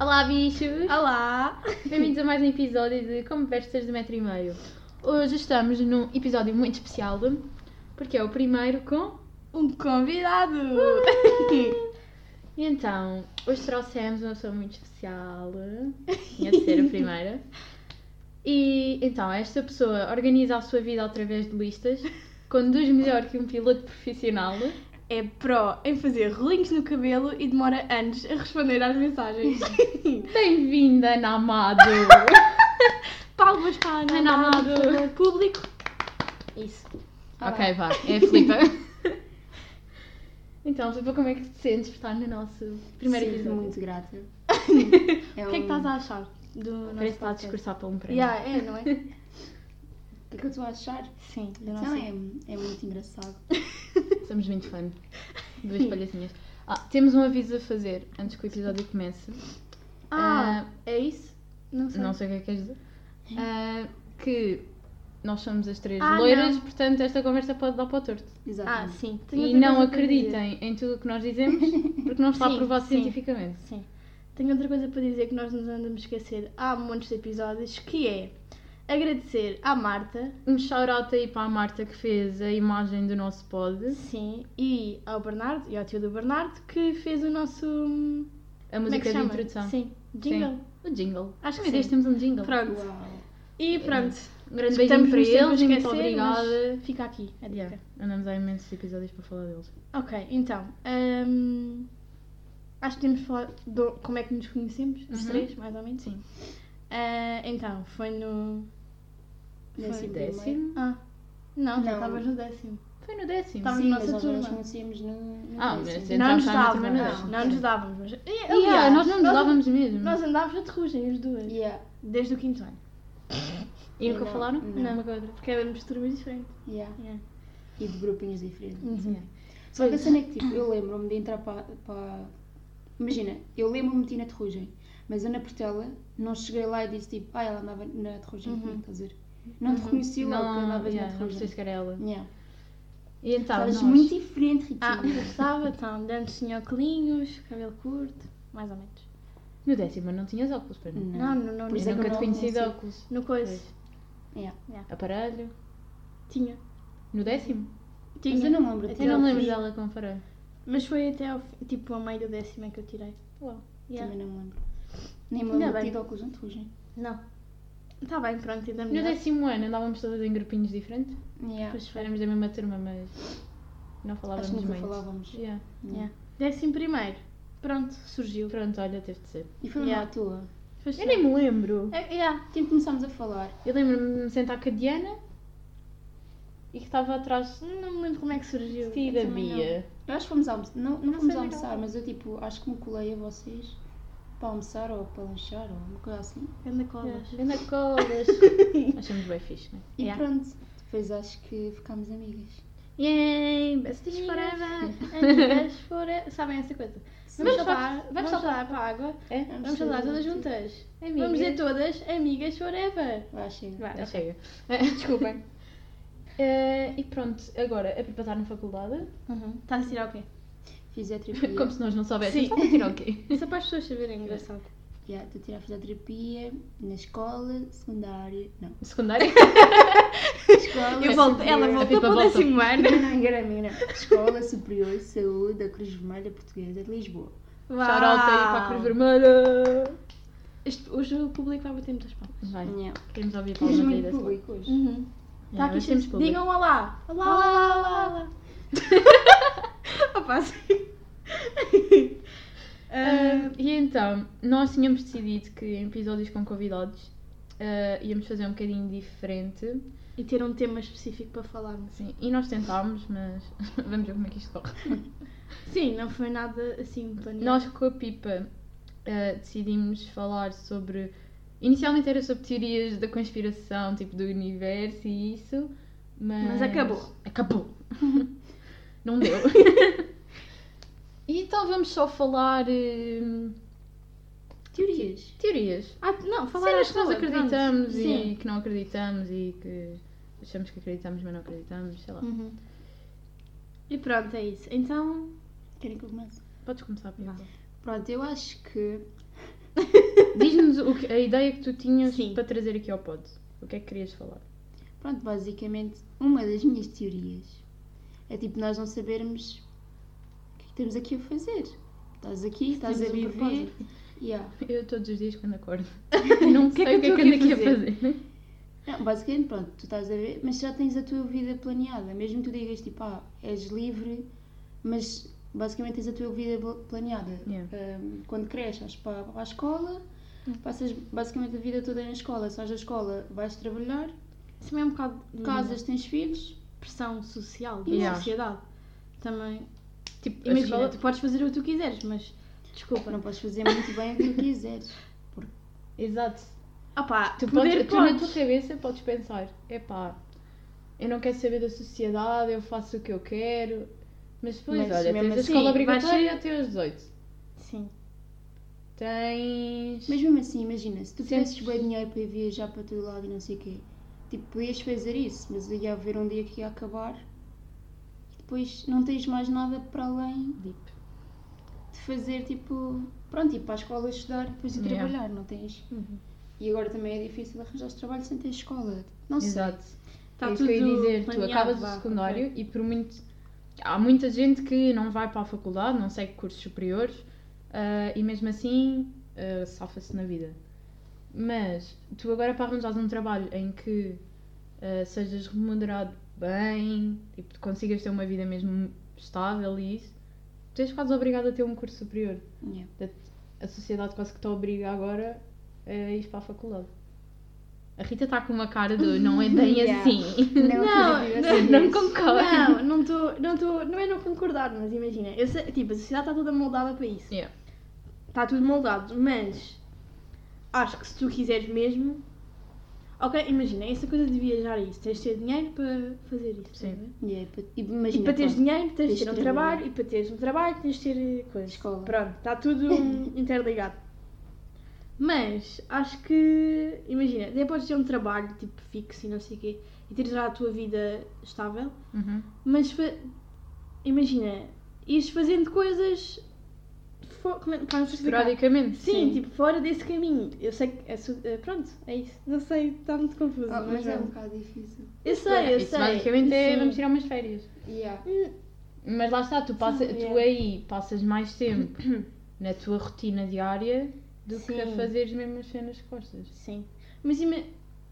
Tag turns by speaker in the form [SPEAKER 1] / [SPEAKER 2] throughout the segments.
[SPEAKER 1] Olá, bichos!
[SPEAKER 2] Olá!
[SPEAKER 1] Bem-vindos a mais um episódio de Como Vestas de Metro e Meio. Hoje estamos num episódio muito especial, porque é o primeiro com...
[SPEAKER 2] Um convidado!
[SPEAKER 1] E então, hoje trouxemos uma pessoa muito especial, tinha de ser a primeira. E então, esta pessoa organiza a sua vida através de listas, conduz melhor que um piloto profissional.
[SPEAKER 2] É pró em fazer rolinhos no cabelo e demora anos a responder às mensagens.
[SPEAKER 1] Bem-vinda, Ana Amado!
[SPEAKER 2] Palmas para a
[SPEAKER 1] Ana Amado.
[SPEAKER 2] Amado. Público. Isso. Tá
[SPEAKER 1] ok,
[SPEAKER 2] bem.
[SPEAKER 1] vá, é a Filipa. então, Filipa, como é que te sentes por estar no nosso primeiro episódio?
[SPEAKER 3] Sinto-me muito grata. É
[SPEAKER 2] O que é que
[SPEAKER 3] um-
[SPEAKER 2] estás a achar do
[SPEAKER 1] Parece
[SPEAKER 2] nosso
[SPEAKER 1] que está a
[SPEAKER 2] podcast?
[SPEAKER 1] discursar para um prémio.
[SPEAKER 2] Yeah, é, não é? Então
[SPEAKER 3] O que é que eu estou a achar?
[SPEAKER 2] Sim, do nosso...
[SPEAKER 3] Não, é, é muito engraçado.
[SPEAKER 1] Somos muito fã. Duas palhacinhas. Ah, temos um aviso a fazer antes que o episódio comece.
[SPEAKER 2] Ah, é isso? Não sei.
[SPEAKER 1] Não sei o que é que queres dizer. Ah, que nós somos as três
[SPEAKER 2] Ah,
[SPEAKER 1] loiras,
[SPEAKER 2] não.
[SPEAKER 1] portanto esta conversa pode dar para o torto.
[SPEAKER 2] Ah,
[SPEAKER 3] Exatamente.
[SPEAKER 2] sim. Tenho
[SPEAKER 1] E
[SPEAKER 2] outra
[SPEAKER 1] não
[SPEAKER 2] coisa para dizer.
[SPEAKER 1] acreditem em tudo o que nós dizemos, porque não está
[SPEAKER 2] Sim,
[SPEAKER 1] aprovado
[SPEAKER 2] sim.
[SPEAKER 1] cientificamente.
[SPEAKER 2] Sim. Tenho outra coisa para dizer que nós nos andamos a esquecer há montes de episódios, que é agradecer à Marta,
[SPEAKER 1] Um shout-out aí para a Marta que fez a imagem do nosso pod.
[SPEAKER 2] sim, e ao Bernardo, e ao tio do Bernardo, que fez o
[SPEAKER 1] A
[SPEAKER 2] nosso... como é que
[SPEAKER 1] música
[SPEAKER 2] se
[SPEAKER 1] de
[SPEAKER 2] chama?
[SPEAKER 1] introdução.
[SPEAKER 2] Sim, jingle.
[SPEAKER 1] Sim. O jingle.
[SPEAKER 2] Acho
[SPEAKER 1] Meu
[SPEAKER 2] que sim.
[SPEAKER 1] Deus, temos um jingle.
[SPEAKER 2] Pronto.
[SPEAKER 3] Uau.
[SPEAKER 2] E pronto.
[SPEAKER 1] Um grande beijinho
[SPEAKER 2] Estamos
[SPEAKER 1] para eles,
[SPEAKER 2] esquecer,
[SPEAKER 1] muito obrigada.
[SPEAKER 2] mas Fica aqui a dica.
[SPEAKER 1] Yeah, Andamos há imensos episódios para falar deles.
[SPEAKER 2] Ok, então. hum, acho que temos falar do, como é que nos conhecemos, os
[SPEAKER 1] Uhum.
[SPEAKER 2] três, mais ou menos.
[SPEAKER 1] Sim.
[SPEAKER 2] Ah, então, foi no.
[SPEAKER 3] Décimo
[SPEAKER 2] Foi.
[SPEAKER 3] primeiro.
[SPEAKER 1] Décimo?
[SPEAKER 2] Ah, não, já
[SPEAKER 3] Não.
[SPEAKER 2] estavas no décimo.
[SPEAKER 1] Foi no décimo.
[SPEAKER 2] Tá.
[SPEAKER 3] Sim,
[SPEAKER 2] nossa
[SPEAKER 3] mas nós não nos
[SPEAKER 2] turma.
[SPEAKER 3] conhecíamos no, no
[SPEAKER 1] Ah,
[SPEAKER 3] décimo.
[SPEAKER 1] mas- Sim,
[SPEAKER 2] não
[SPEAKER 1] já
[SPEAKER 2] nos
[SPEAKER 1] está na
[SPEAKER 2] dávamos,
[SPEAKER 1] primeira
[SPEAKER 2] não,
[SPEAKER 3] vez.
[SPEAKER 2] não nos dávamos. Mas, e,
[SPEAKER 1] Yeah,
[SPEAKER 2] aliás,
[SPEAKER 1] nós não nos dávamos mesmo.
[SPEAKER 2] Nós andámos de terrugem, os duas.
[SPEAKER 3] Yeah,
[SPEAKER 2] Desde o quinto ano.
[SPEAKER 1] E nunca
[SPEAKER 3] Não,
[SPEAKER 1] falaram?
[SPEAKER 3] não.
[SPEAKER 2] Uma com a outra. Porque éramos turmas diferentes.
[SPEAKER 3] yeah.
[SPEAKER 2] Yeah.
[SPEAKER 3] E de grupinhos diferentes.
[SPEAKER 1] Yeah.
[SPEAKER 3] Só que a cena é que tipo, eu lembro-me de entrar para. para- Imagina, eu lembro-me de ir na Terrugem, mas eu na Portela não cheguei lá e disse tipo, ah, ela andava na Terrugem, como é que estás a ver? Não te reconheci logo que
[SPEAKER 1] Não,
[SPEAKER 3] andavas
[SPEAKER 1] yeah,
[SPEAKER 3] na
[SPEAKER 1] não percebi
[SPEAKER 3] Terrugem.
[SPEAKER 1] se era ela.
[SPEAKER 3] Yeah.
[SPEAKER 1] E então,
[SPEAKER 3] Estavas
[SPEAKER 1] nós...
[SPEAKER 3] muito diferente,
[SPEAKER 2] Ah,
[SPEAKER 3] Ritinha.
[SPEAKER 2] gostava, então, antes tinha óculos, cabelo curto, mais ou menos.
[SPEAKER 1] No décimo não tinhas óculos para mim.
[SPEAKER 2] Não, não, não.
[SPEAKER 1] Eu
[SPEAKER 3] Por isso é que
[SPEAKER 1] nunca te
[SPEAKER 3] eu não
[SPEAKER 1] conheci de
[SPEAKER 3] conheci.
[SPEAKER 1] óculos.
[SPEAKER 2] No coisa.
[SPEAKER 1] Pois.
[SPEAKER 3] Yeah.
[SPEAKER 1] Aparelho.
[SPEAKER 2] Tinha.
[SPEAKER 1] No décimo?
[SPEAKER 2] Tinha.
[SPEAKER 3] Mas eu não me lembro de
[SPEAKER 2] Até
[SPEAKER 3] ter
[SPEAKER 1] Eu não
[SPEAKER 2] ao
[SPEAKER 1] me lembro
[SPEAKER 2] fim.
[SPEAKER 1] dela com aparelho.
[SPEAKER 2] Mas foi até ao, fi- tipo, ao meio do décimo é que eu tirei.
[SPEAKER 1] Uau.
[SPEAKER 2] Yeah.
[SPEAKER 3] Também não me lembro. Nem me
[SPEAKER 2] Ainda
[SPEAKER 3] lembro tipo, de
[SPEAKER 2] bem.
[SPEAKER 3] ter de óculos na Terrugem.
[SPEAKER 2] Não. Tá bem, pronto, ainda
[SPEAKER 1] No
[SPEAKER 2] melhor.
[SPEAKER 1] décimo ano andávamos todas em grupinhos diferentes.
[SPEAKER 3] Yeah.
[SPEAKER 2] Pois foi.
[SPEAKER 1] Éramos da mesma turma, mas não falávamos
[SPEAKER 3] Acho que nunca
[SPEAKER 1] muito.
[SPEAKER 3] falávamos.
[SPEAKER 1] Yeah.
[SPEAKER 2] Yeah. Décimo primeiro. Pronto, surgiu.
[SPEAKER 1] Pronto, olha, teve de ser.
[SPEAKER 3] E foi
[SPEAKER 2] Yeah.
[SPEAKER 3] uma à toa.
[SPEAKER 2] Foi
[SPEAKER 1] Eu nem me lembro.
[SPEAKER 2] É, yeah.
[SPEAKER 3] Tipo, começámos a falar.
[SPEAKER 1] Eu lembro-me de me sentar com a Diana e que estava atrás
[SPEAKER 2] Não me lembro como é que surgiu.
[SPEAKER 1] de ti e da
[SPEAKER 3] também não.
[SPEAKER 1] Bia.
[SPEAKER 3] Eu acho que fomos almoçar. Não, não fomos
[SPEAKER 2] sei, não.
[SPEAKER 3] almoçar, mas eu tipo, acho que me colei a vocês para almoçar ou para lanchar ou uma coisa assim.
[SPEAKER 2] Anda colas.
[SPEAKER 1] Yeah. Anda colas. Achamos bem fixe, não é?
[SPEAKER 3] E
[SPEAKER 2] Yeah.
[SPEAKER 3] pronto. Depois acho que ficámos amigas.
[SPEAKER 2] Yay! Besties forever! Amigas forever! Sabem essa coisa? Vamos saltar, vamos saltar para a água.
[SPEAKER 1] É?
[SPEAKER 2] Vamos saltar todas juntas.
[SPEAKER 1] Amigas.
[SPEAKER 2] Vamos dizer todas amigas forever!
[SPEAKER 3] Lá chega.
[SPEAKER 2] Vai,
[SPEAKER 1] Já
[SPEAKER 2] ok.
[SPEAKER 1] Então chega.
[SPEAKER 2] Desculpem.
[SPEAKER 1] Eh, e pronto, agora é para estar na faculdade.
[SPEAKER 2] Uhum. Estás a tirar o quê?
[SPEAKER 3] Fisioterapia.
[SPEAKER 1] Como se nós não soubéssemos.
[SPEAKER 2] Sim.
[SPEAKER 1] Estava a tirar o quê?
[SPEAKER 2] Isso é para as pessoas saberem, engraçado.
[SPEAKER 3] Yeah, Estou a tirar fisioterapia na escola, secundária. Não.
[SPEAKER 1] Secundária?
[SPEAKER 3] Escola
[SPEAKER 2] Eu volto,
[SPEAKER 3] superior-
[SPEAKER 2] ela voltou
[SPEAKER 1] Pipa
[SPEAKER 2] para o
[SPEAKER 1] volta.
[SPEAKER 2] décimo ano.
[SPEAKER 3] Não, não, engana, engana. Escola Superior de Saúde da Cruz Vermelha Portuguesa de Lisboa.
[SPEAKER 1] Shoutout aí para a Cruz Vermelha.
[SPEAKER 2] Este- hoje o público vai bater muitas palmas.
[SPEAKER 1] Vai,
[SPEAKER 3] Yeah.
[SPEAKER 1] queremos ouvir
[SPEAKER 3] Tens
[SPEAKER 1] palavras aí
[SPEAKER 3] muito
[SPEAKER 1] desse lado.
[SPEAKER 3] público hoje.
[SPEAKER 2] Tá
[SPEAKER 1] Yeah,
[SPEAKER 2] aqui
[SPEAKER 1] hoje temos
[SPEAKER 2] cheio-
[SPEAKER 1] público.
[SPEAKER 2] Digam olá. Olá,
[SPEAKER 3] olá,
[SPEAKER 2] olá, olá. Opa, sim. Uhum.
[SPEAKER 1] Ah, e então, nós tínhamos decidido que em episódios com convidados ah, íamos fazer um bocadinho diferente.
[SPEAKER 2] E ter um tema específico para falarmos.
[SPEAKER 1] Sim, e nós tentámos, mas vamos ver como é que isto corre.
[SPEAKER 2] Sim, não foi nada assim planeado.
[SPEAKER 1] Nós com a Pipa ah, decidimos falar sobre. Inicialmente era sobre teorias da conspiração, tipo do universo e isso, mas.
[SPEAKER 2] Mas acabou.
[SPEAKER 1] Acabou! Não deu. e então vamos só falar. hum,
[SPEAKER 3] Teorias.
[SPEAKER 1] teorias.
[SPEAKER 2] Ah, não, falar
[SPEAKER 1] Cenas
[SPEAKER 2] às
[SPEAKER 1] que nós
[SPEAKER 2] pessoas,
[SPEAKER 1] acreditamos
[SPEAKER 2] pronto.
[SPEAKER 1] e
[SPEAKER 2] Sim.
[SPEAKER 1] que não acreditamos e que achamos que acreditamos, mas não acreditamos, sei lá.
[SPEAKER 2] Uhum. E pronto, é isso. Então,
[SPEAKER 3] Querem que eu comece?
[SPEAKER 1] Podes começar, Pipa.
[SPEAKER 3] Pronto, eu acho que
[SPEAKER 1] Diz-nos o que- a ideia que tu tinhas
[SPEAKER 2] Sim.
[SPEAKER 1] para trazer aqui ao pod. O que é que querias falar?
[SPEAKER 3] Pronto, basicamente, uma das minhas teorias é tipo nós não sabermos o que é que estamos aqui a fazer. Estás aqui, estás a
[SPEAKER 2] temos um
[SPEAKER 3] viver. yeah.
[SPEAKER 1] Eu todos os dias quando acordo. Não
[SPEAKER 2] que é
[SPEAKER 1] sei o que
[SPEAKER 2] que
[SPEAKER 1] é
[SPEAKER 2] eu
[SPEAKER 1] que
[SPEAKER 2] estou
[SPEAKER 1] ando aqui a
[SPEAKER 2] aqui a
[SPEAKER 1] fazer. né?
[SPEAKER 3] Não, basicamente, pronto, tu estás a ver, mas já tens a tua vida planeada. Mesmo que tu digas tipo, ah, és livre, mas basicamente tens a tua vida bl- planeada.
[SPEAKER 1] Yeah.
[SPEAKER 3] Um, quando cresces, vais para, para a escola, passas basicamente a vida toda na escola. Sais da escola, vais trabalhar,
[SPEAKER 2] Isso também é um bocado casa
[SPEAKER 3] casas, tens filhos.
[SPEAKER 2] pressão social da
[SPEAKER 1] Uhum. Yeah.
[SPEAKER 2] sociedade. Também.
[SPEAKER 1] Tipo,
[SPEAKER 2] Imagina,
[SPEAKER 1] imagina,
[SPEAKER 2] tu podes fazer o que tu quiseres, mas desculpa.
[SPEAKER 3] Não podes fazer muito bem o que tu quiseres.
[SPEAKER 1] tipo, Exato.
[SPEAKER 2] Ah pá,
[SPEAKER 1] Tu,
[SPEAKER 2] poder
[SPEAKER 1] podes, tu na
[SPEAKER 2] podes.
[SPEAKER 1] tua cabeça podes pensar, epá, eu não quero saber da sociedade, eu faço o que eu quero. Mas depois,
[SPEAKER 3] Mas
[SPEAKER 1] olha,
[SPEAKER 3] mesmo
[SPEAKER 1] tens a
[SPEAKER 3] assim,
[SPEAKER 1] escola
[SPEAKER 2] vais
[SPEAKER 1] obrigatória
[SPEAKER 2] ser-
[SPEAKER 1] até aos 18.
[SPEAKER 2] Sim.
[SPEAKER 1] Tens...
[SPEAKER 3] Mas mesmo assim, imagina, se tu
[SPEAKER 1] Sim.
[SPEAKER 3] tivesses bem dinheiro para ir viajar para todo lado e não sei o quê, tipo, podias fazer isso, mas ia haver um dia que ia acabar e depois não tens mais nada para além
[SPEAKER 1] Deep.
[SPEAKER 3] de fazer, tipo, pronto, ir para a escola estudar e depois ir
[SPEAKER 1] Yeah.
[SPEAKER 3] trabalhar, não tens? E agora também é difícil arranjar trabalho sem ter escola, não
[SPEAKER 1] Exato.
[SPEAKER 2] Está
[SPEAKER 1] é isso
[SPEAKER 2] Tá tudo
[SPEAKER 1] que eu ia dizer, tu
[SPEAKER 2] planeado,
[SPEAKER 1] acabas
[SPEAKER 2] vá,
[SPEAKER 1] o secundário e por muito. Há muita gente que não vai para a faculdade, não segue cursos superiores ah, e mesmo assim ah, safa-se na vida. Mas tu agora para arranjares um trabalho em que ah, sejas remunerado bem, tipo, consigas ter uma vida mesmo estável e isso, tu és quase obrigado a ter um curso superior.
[SPEAKER 3] sei. Yeah.
[SPEAKER 1] A sociedade quase que te obriga agora a ir para a faculdade. A Rita está com uma cara do não é bem
[SPEAKER 3] Yeah.
[SPEAKER 1] assim.
[SPEAKER 3] eu
[SPEAKER 2] Não,
[SPEAKER 3] queria viver
[SPEAKER 2] não,
[SPEAKER 3] sem
[SPEAKER 1] não
[SPEAKER 3] isso.
[SPEAKER 1] concordo.
[SPEAKER 2] Não, não estou, não estou, não é não concordar, mas imagina, eu sei- tipo, a sociedade está toda moldada para isso.
[SPEAKER 1] Yeah.
[SPEAKER 2] Está tudo moldado, mas acho que se tu quiseres mesmo, ok, imagina, essa coisa de viajar e isso, tens de ter dinheiro para fazer isso. tá
[SPEAKER 1] Sim.
[SPEAKER 2] estás a ver?
[SPEAKER 3] Yeah, pa- tipo,
[SPEAKER 2] E
[SPEAKER 3] imagina,
[SPEAKER 2] para teres
[SPEAKER 3] pronto,
[SPEAKER 2] dinheiro tens de ter um
[SPEAKER 3] Tens de
[SPEAKER 2] trabalho, e para teres um trabalho tens de ter eh, coisas.
[SPEAKER 3] Escola.
[SPEAKER 2] Pronto, está tudo interligado. Mas acho que, imagina, até podes ter um trabalho tipo fixo e não sei o quê, e teres já a tua vida estável,
[SPEAKER 1] Uhum.
[SPEAKER 2] mas fa- imagina, ires fazendo coisas fo- como é- pá, não sei explicar.
[SPEAKER 1] Periodicamente.
[SPEAKER 2] Sim,
[SPEAKER 3] Sim.
[SPEAKER 2] tipo, fora desse caminho. Eu sei que. É, su- é, pronto, é isso. Não sei, está muito confuso.
[SPEAKER 3] ah,
[SPEAKER 2] mas
[SPEAKER 3] mas é um
[SPEAKER 2] não.
[SPEAKER 3] bocado difícil.
[SPEAKER 2] Eu sei, eu
[SPEAKER 1] Isso
[SPEAKER 2] sei.
[SPEAKER 1] basicamente é
[SPEAKER 2] Sim. Hum,
[SPEAKER 1] vamos tirar umas férias.
[SPEAKER 3] Yeah.
[SPEAKER 1] Mas lá está, tu, passa,
[SPEAKER 2] Sim,
[SPEAKER 1] tu
[SPEAKER 2] é.
[SPEAKER 1] aí passas mais tempo na tua rotina diária do que a
[SPEAKER 2] Sim.
[SPEAKER 1] fazer as mesmas cenas que gostas.
[SPEAKER 2] Sim. Mas ima-